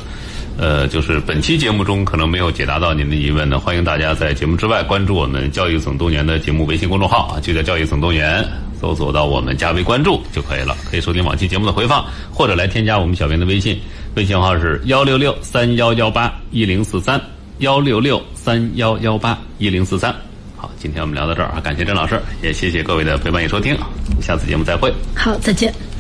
Speaker 1: 呃，就是本期节目中可能没有解答到您的疑问呢，欢迎大家在节目之外关注我们教育总动员的节目微信公众号啊，就叫教育总动员。搜索到我们加微关注就可以了，可以收听往期节目的回放，或者来添加我们小编的微信，微信号是幺六六三幺幺八一零四三幺六六三幺幺八一零四三。好，今天我们聊到这儿啊，感谢郑老师，也谢谢各位的陪伴与收听，我们下次节目再会。
Speaker 2: 好，再见。